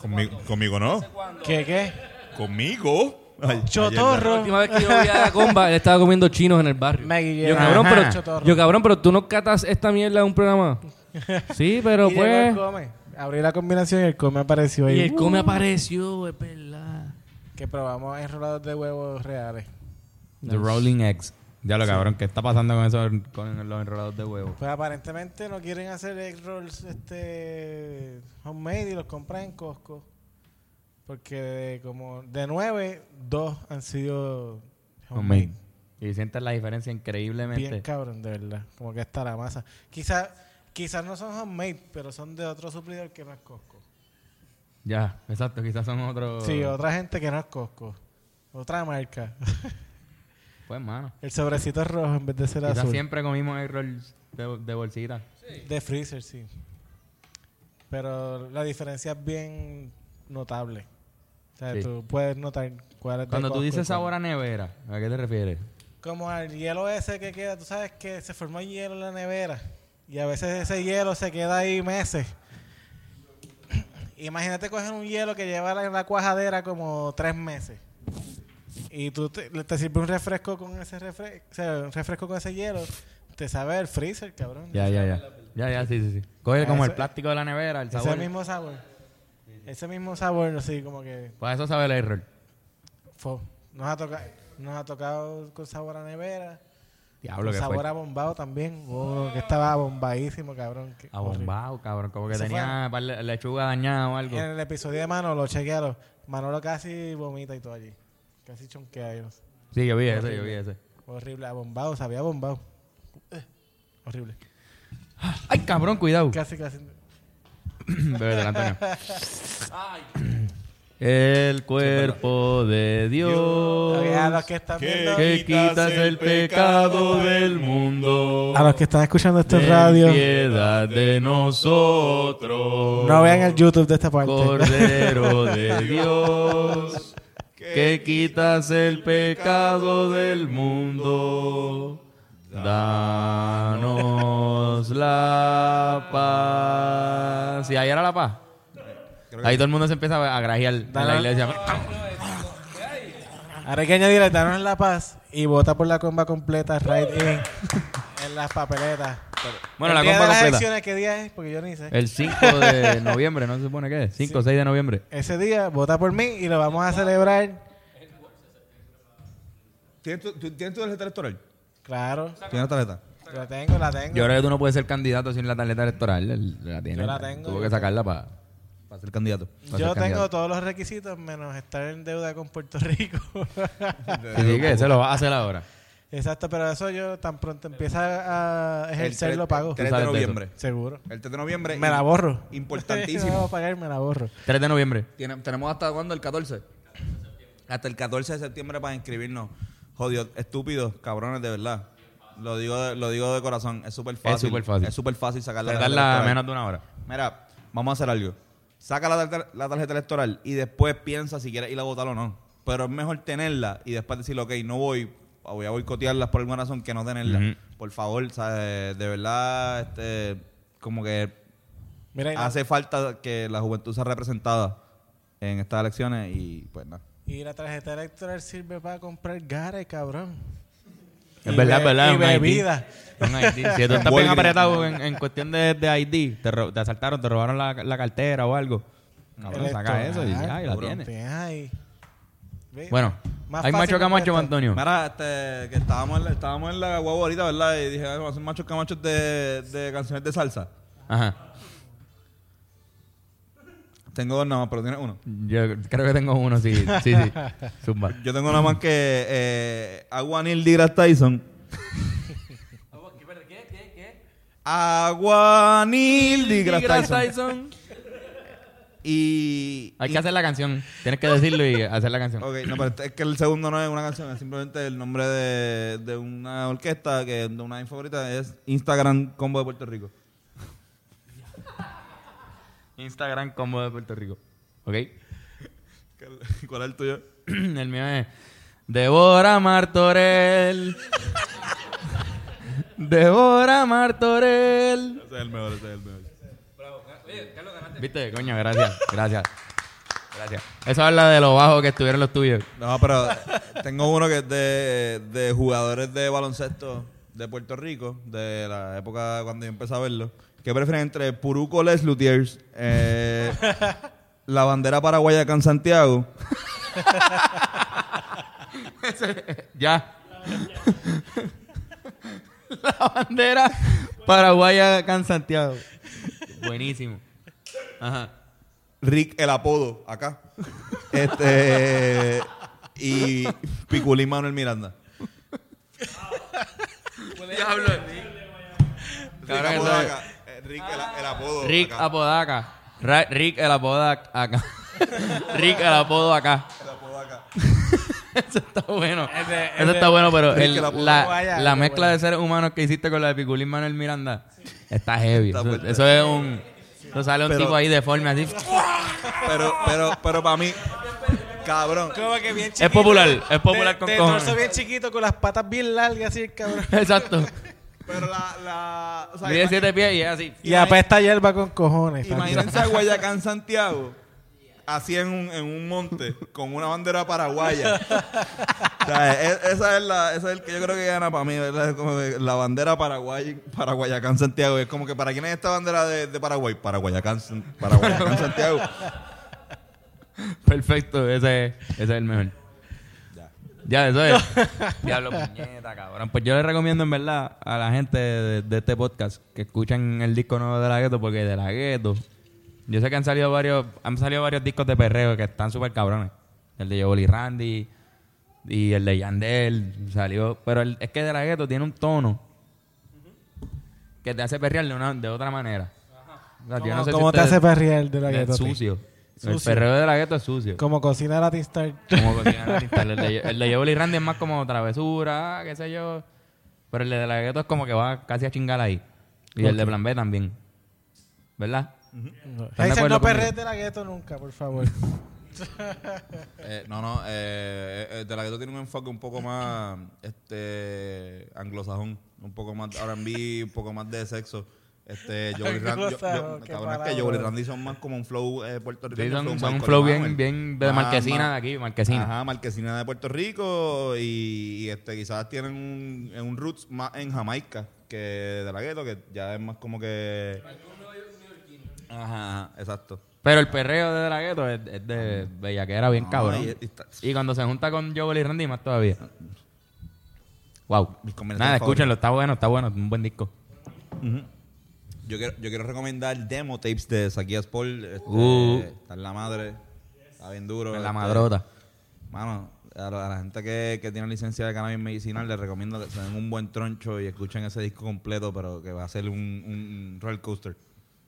Conmigo, conmigo no,
¿Qué, qué?
conmigo.
La
Chotorro.
última vez que yo vi a Comba, él estaba comiendo chinos en el barrio.
Me guillé.
Yo, cabrón,
Ajá.
pero, yo, cabrón, pero tú no catas esta mierda en un programa. Sí, pero
Y llegó el
pues.
come. Abrí la combinación y el come apareció ahí.
Y el come apareció, es verdad.
Que probamos enrolados de huevos reales.
The Rolling Eggs. Ya lo cabrón, ¿qué está pasando con eso con los enrolados de huevo?
Pues aparentemente no quieren hacer egg rolls este, homemade y los compran en Costco. Porque de, como de nueve, dos han sido homemade.
Homemade. Y sientes la diferencia increíblemente.
Bien cabrón, de verdad. Como que está la masa. Quizás quizás no son homemade, pero son de otro suplidor que no es Costco.
ya, exacto, quizás son otros.
Sí, otra gente que no es Costco. Otra marca.
Pues, mano.
El sobrecito es rojo en vez de ser
Quizás
azul.
siempre comimos egg rolls de, de bolsita.
De freezer, sí. Pero la diferencia es bien notable. O sea,
Sí.
tú puedes notar cuál es de
Cuando tú
Costco y
dices
cuál-
sabor a nevera, ¿a qué te refieres?
Como al hielo ese que queda, tú sabes que se formó hielo en la nevera y a veces ese hielo se queda ahí meses. Imagínate coger un hielo que lleva en la cuajadera como tres meses. Y tú te, te sirves un refresco con ese refresco, un refresco con ese hielo, te sabe el freezer, cabrón.
Ya, ya, ya. Ya, ya, sí, sí, sí. Coge
Ah,
como
ese-
el plástico de la nevera, el
Ese
sabor.
mismo sabor. Ese mismo sabor, así como que
Pues eso sabe el error.
fo. Nos ha tocado, nos ha tocado con sabor a nevera.
Diablo,
con
que
sabor
fue.
a bombado también. Oh, que estaba bombadísimo, cabrón. que
Abombado, cabrón. Como que
Eso
tenía par de lechuga dañada o algo.
horrible. En el episodio de Manolo, chequearon. Manolo casi vomita y todo allí. Casi chonquea y no sé.
Sí, yo vi ese, yo vi ese.
Horrible, abombado, sabía bombado. Eh, Horrible.
Ay, cabrón, cuidado.
Casi, casi.
Bebe del Antonio. El cuerpo de Oh,
A los
Dios
que están viendo.
que quitas el pecado del mundo.
A los que están escuchando esto en
ten
radio,
piedad de nosotros.
no vean el YouTube de esta parte.
Cordero de Dios, que quitas el pecado del mundo, danos la paz. Si ahí era la paz. Ahí todo el mundo se empieza a grajear en la iglesia.
Ahora hay que añadirle, danos la paz y vota por la comba completa, right in, en las papeletas.
Bueno, la
El día
compa
de las
completa.
elecciones, ¿qué día es? Porque yo ni sé.
El 5 de noviembre, ¿no se supone que es? 5 o 6 de noviembre.
Ese día, vota por mí y lo vamos a celebrar.
¿Tienes tu, tú- ¿Tienes tu tarjeta electoral?
Claro,
¿Tienes la tarjeta?
la tengo, la tengo.
Yo creo que tú no puedes ser candidato sin la tarjeta electoral. el- La tienes.
Yo la tengo,
Tuvo
yo
que sacarla para.
Para ser candidato.
Yo tengo todos los requisitos menos estar en deuda con Puerto Rico.
Sí, sí, que se lo va a hacer ahora.
Exacto, pero eso yo tan pronto empieza a ejercer
El
lo pago.
3
Tú
de
sabes de eso.
noviembre.
Seguro.
El 3 de noviembre.
Me la borro. No voy
Importantísimo.
a pagar, me la borro.
3 de noviembre.
Tiene- tenemos hasta cuándo? El 14. Hasta el 14 de septiembre para inscribirnos. Jodido, estúpidos, cabrones, de verdad. Lo digo de, lo digo de corazón. Es súper fácil.
superfácil.
Es súper fácil sacar la
Se
tarjeta
tarda
electoral.
menos de una hora.
Mira, vamos a hacer algo. Saca la, tar- la tarjeta electoral y después piensa si quieres ir a votar o no. Pero es mejor tenerla y después decir, ok, no voy, o voy a boicotearlas por alguna razón que no tenerla.
Ujú.
Por favor, ¿sabes? de verdad, este, como que
Mira, y la-
hace falta que la juventud sea representada en estas elecciones y pues nada.
y la tarjeta electoral sirve para comprar gares, cabrón.
Es
Y
verdad, es
be-
verdad.
Y
en Haití.
bebida.
En Haití. Si tú estás bien
Walgreens.
apretado en, en cuestión de, de ID, te, ro- te asaltaron, te robaron la, la cartera o algo. Cabrón, saca eso y ya, y la
Cabrón.
tienes.
Tienes ahí. Ve-
Bueno,
Más
hay
fácil
macho
que
camacho,
cuesta.
Antonio.
Mira, este, que estábamos en la, estábamos en la guagua ahorita, ¿verdad? Y dije, "Ay, vamos a hacer machos camachos de, de canciones de salsa.
Ajá.
Tengo dos nada más, pero tienes uno.
Yo creo que tengo uno, sí, sí, sí. Zumba.
Yo tengo nada más que eh, agua Neil deGrasse Tyson. Agua Neil deGrasse Tyson. Y...
Hay que hacer la canción. Tienes que decirlo y hacer la canción.
Ok, no, pero este- es que el segundo no es una canción, es simplemente el nombre de, de una orquesta que de una de mis favoritas es Instagram Combo de Puerto Rico.
Instagram como de Puerto Rico. ¿Ok?
¿Cuál es el tuyo?
El mío es Devora Martorell. Devora Martorell.
Ese es el mejor, ese es el mejor.
¿Viste? Coño, gracias. Gracias. Gracias. Eso habla de lo bajo que estuvieron los tuyos.
No, pero tengo uno que es de, de jugadores de baloncesto de Puerto Rico, de la época cuando yo empecé a verlo. ¿Qué prefieren entre Puruco Les Luthiers, eh, la bandera paraguaya acá en Santiago?
Ya. La bandera paraguaya acá en Santiago. Buenísimo. Ajá.
Rick el apodo acá. Este y Piculín Manuel Miranda.
Diablo. Cabrón,
Rick
eso es.
Apodaca. Eh, Rick el, el apodo.
Rick
acá.
Apodaca. Ra- Rick el apodo ac- acá. Rick el apodo acá.
El apodo acá.
Eso está bueno.
Ese-
Eso
ese-
está bueno, pero
Rick
el-
el apodo
la,
vaya,
la
qué
mezcla
bueno.
de seres humanos que hiciste con la de Piculín Manuel Miranda está heavy.
Está
Eso,
fuerte.
eso es un. Eso sale un
Pero-
tipo ahí deforme así.
Pero, pero, pero para mí. Cabrón.
Como que bien
Es popular, es popular con
de, de
cojones.
torso bien chiquito, con las patas bien largas, así, cabrón.
Exacto.
Pero la. la o sea,
Mide
imagi-
siete pies y es así.
Y apesta hierba con cojones.
imagínense a Guayacán, Santiago, así en un, en un monte, con una bandera paraguaya. O sea, e- esa es la, esa es el que yo creo que gana para mí, ¿verdad? Es como de- la bandera paraguay, paraguayacán Santiago. Es como que para quién es esta bandera de, de Paraguay, paraguayacán, San- paraguayacán Santiago.
Perfecto, ese es, ese es el mejor. Ya, eso es. Diablo, puñeta, cabrón. Pues yo les recomiendo, en verdad, a la gente de, de este podcast que escuchen el disco nuevo de La Gueto, porque de La Gueto, yo sé que han salido varios han salido varios discos de perreo que están súper cabrones. El de Yoboli Randy y el de Yandel salió. Pero el- es que de La Gueto tiene un tono que te hace perrear de, una- de otra manera. O sea, yo
¿Cómo,
no sé si
cómo te
ustedes-
hace perrear de la
de-
gueto? a ti?
sucio. El
Sucio.
perreo de la gueto es sucio.
Como cocina la T-Star.
Como cocinar al instante. El de, el de Yoli Randy es más como travesura, ah, qué sé yo. Pero el de la gueto es como que va casi a chingar ahí. Y el de plan B también. ¿Verdad?
Ahí dice,
acuerdo
no
conmigo?
perrees de la gueto nunca, por favor.
Eh, no, no, eh, eh, De La Ghetto tiene un enfoque un poco más este anglosajón, un poco más R&B, un poco más de sexo. Este, Joey Randy, yo,
Anglosajón,
yo-
qué
cabrón, es que
palabra.
Joey Randy son más como un flow eh, puertorriqueño.
Sí, son, son un
Michael
flow bien,
Manuel.
bien de
Más-
marquesina
más-
de aquí, marquesina.
Ajá, Marquesina de Puerto Rico y, y, este quizás tienen un, en un roots más en Jamaica que de la gueto, que ya es más como que... Ajá, ajá, exacto.
Pero el perreo de la gueto es, es de bellaquera bien
No,
cabrón.
y- Ah. y está-
Y, cuando se junta con Joel y Randy, más todavía. Wow.
Mis combinaciones
Nada,
favoritas.
escúchenlo, está bueno, está bueno, un buen disco.
Yo quiero, yo quiero recomendar demo tapes de Saquías Paul. Este,
Uh.
Está en la madre. Está bien duro.
La
este.
madrota.
Mano, a la, a la gente que, que tiene licencia de cannabis medicinal, les recomiendo que se den un buen troncho y escuchen ese disco completo, pero que va a ser un, un roller coaster.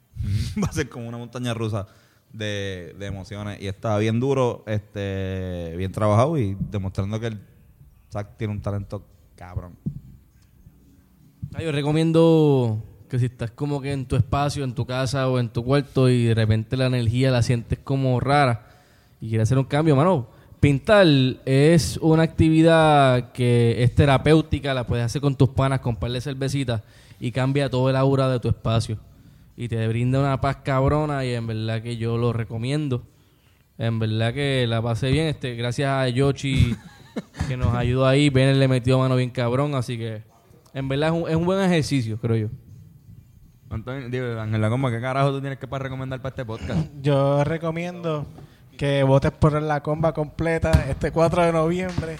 va a ser como una montaña rusa de, de emociones. Y está bien duro, este bien trabajado y demostrando que el Zach tiene un talento cabrón.
Ah, yo recomiendo que si estás como que en tu espacio, en tu casa o en tu cuarto y de repente la energía la sientes como rara y quieres hacer un cambio, mano, pintar es una actividad que es terapéutica, la puedes hacer con tus panas, con par de cervecitas y cambia todo el aura de tu espacio. Y te brinda una paz cabrona y en verdad que yo lo recomiendo. En verdad que la pasé bien, este, gracias a Yoshi que nos ayudó ahí. Ben le metió mano bien cabrón, así que en verdad es un, es un buen ejercicio, creo yo.
Antonio, digo, Ángel La Comba, ¿qué carajo tú tienes que para recomendar para este podcast?
Yo recomiendo que votes por la comba completa este 4 de noviembre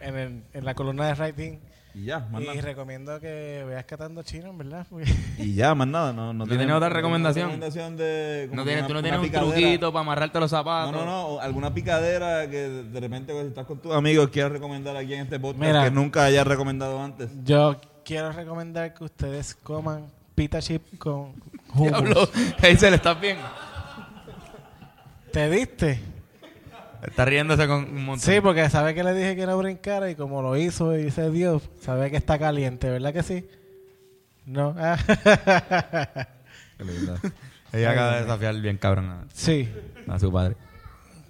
en, el- en la columna de Writing.
Y ya, más
Y
nada.
recomiendo que veas catando chino, en verdad. Porque
Y ya, más nada. No, no,
tiene otra recomendación?
recomendación de, como
No
que
tienes,
una-
tú no
una
tienes un
picadera.
truquito para amarrarte los
No,
zapatos.
no, no. o Alguna picadera que de de repente pues, si estás con tus amigos quieras recomendar aquí en este podcast
Mira.
que nunca hayas recomendado antes.
yo quiero recomendar que ustedes coman pita chip con
Diablo,
hummus.
Hazel, ¿estás bien?
¿Te diste?
Está riéndose con un montón.
pues.
Sí, porque sabe que le dije que no brincara y como lo hizo y se dio, sabe que está caliente, ¿verdad que sí? No. Ah.
Ella acaba de desafiar bien cabrón
sí.
a, a su padre.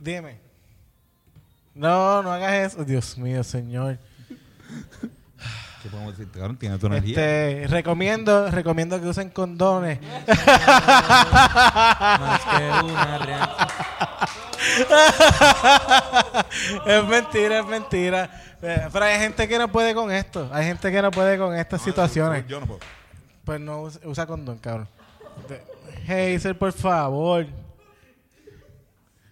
Dime. No, no hagas eso. Dios mío, señor.
¿Qué podemos decir? Cabrón, tiene tu energía.
Este, recomiendo, recomiendo que usen condones. es mentira, es mentira. Eh, Pero hay gente que no puede con esto. Hay gente que no puede con estas situaciones.
Yo no puedo.
Pues no us- usa condón, cabrón. Hey, por favor.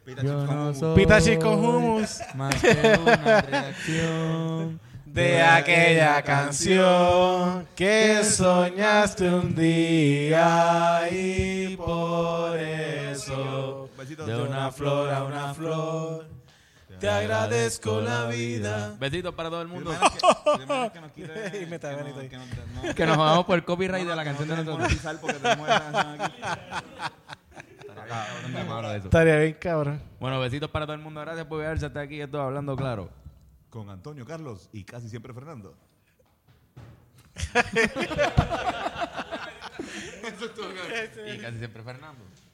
Este,
Pita chips con hummus.
Pita chip con hummus
Más que una reacción.
de aquella canción que soñaste un día y por eso
Besitos
de una flor a una flor te agradezco la vida.
Besitos para todo el mundo.
Que nos quite-
Y me está bonito ahí.
que nos- no-
que nos vamos por el copyright
no,
de la
que
canción de
nos
nosotros.
monetizar porque tenemos esa canción aquí. Estaría cabrón, de malo eso.
Estaría bien, cabrón.
Bueno, besitos para todo el mundo. Gracias por verse hasta aquí. Esto es hablando claro.
Con Antonio Carlos y casi siempre Fernando.
Y casi siempre Fernando.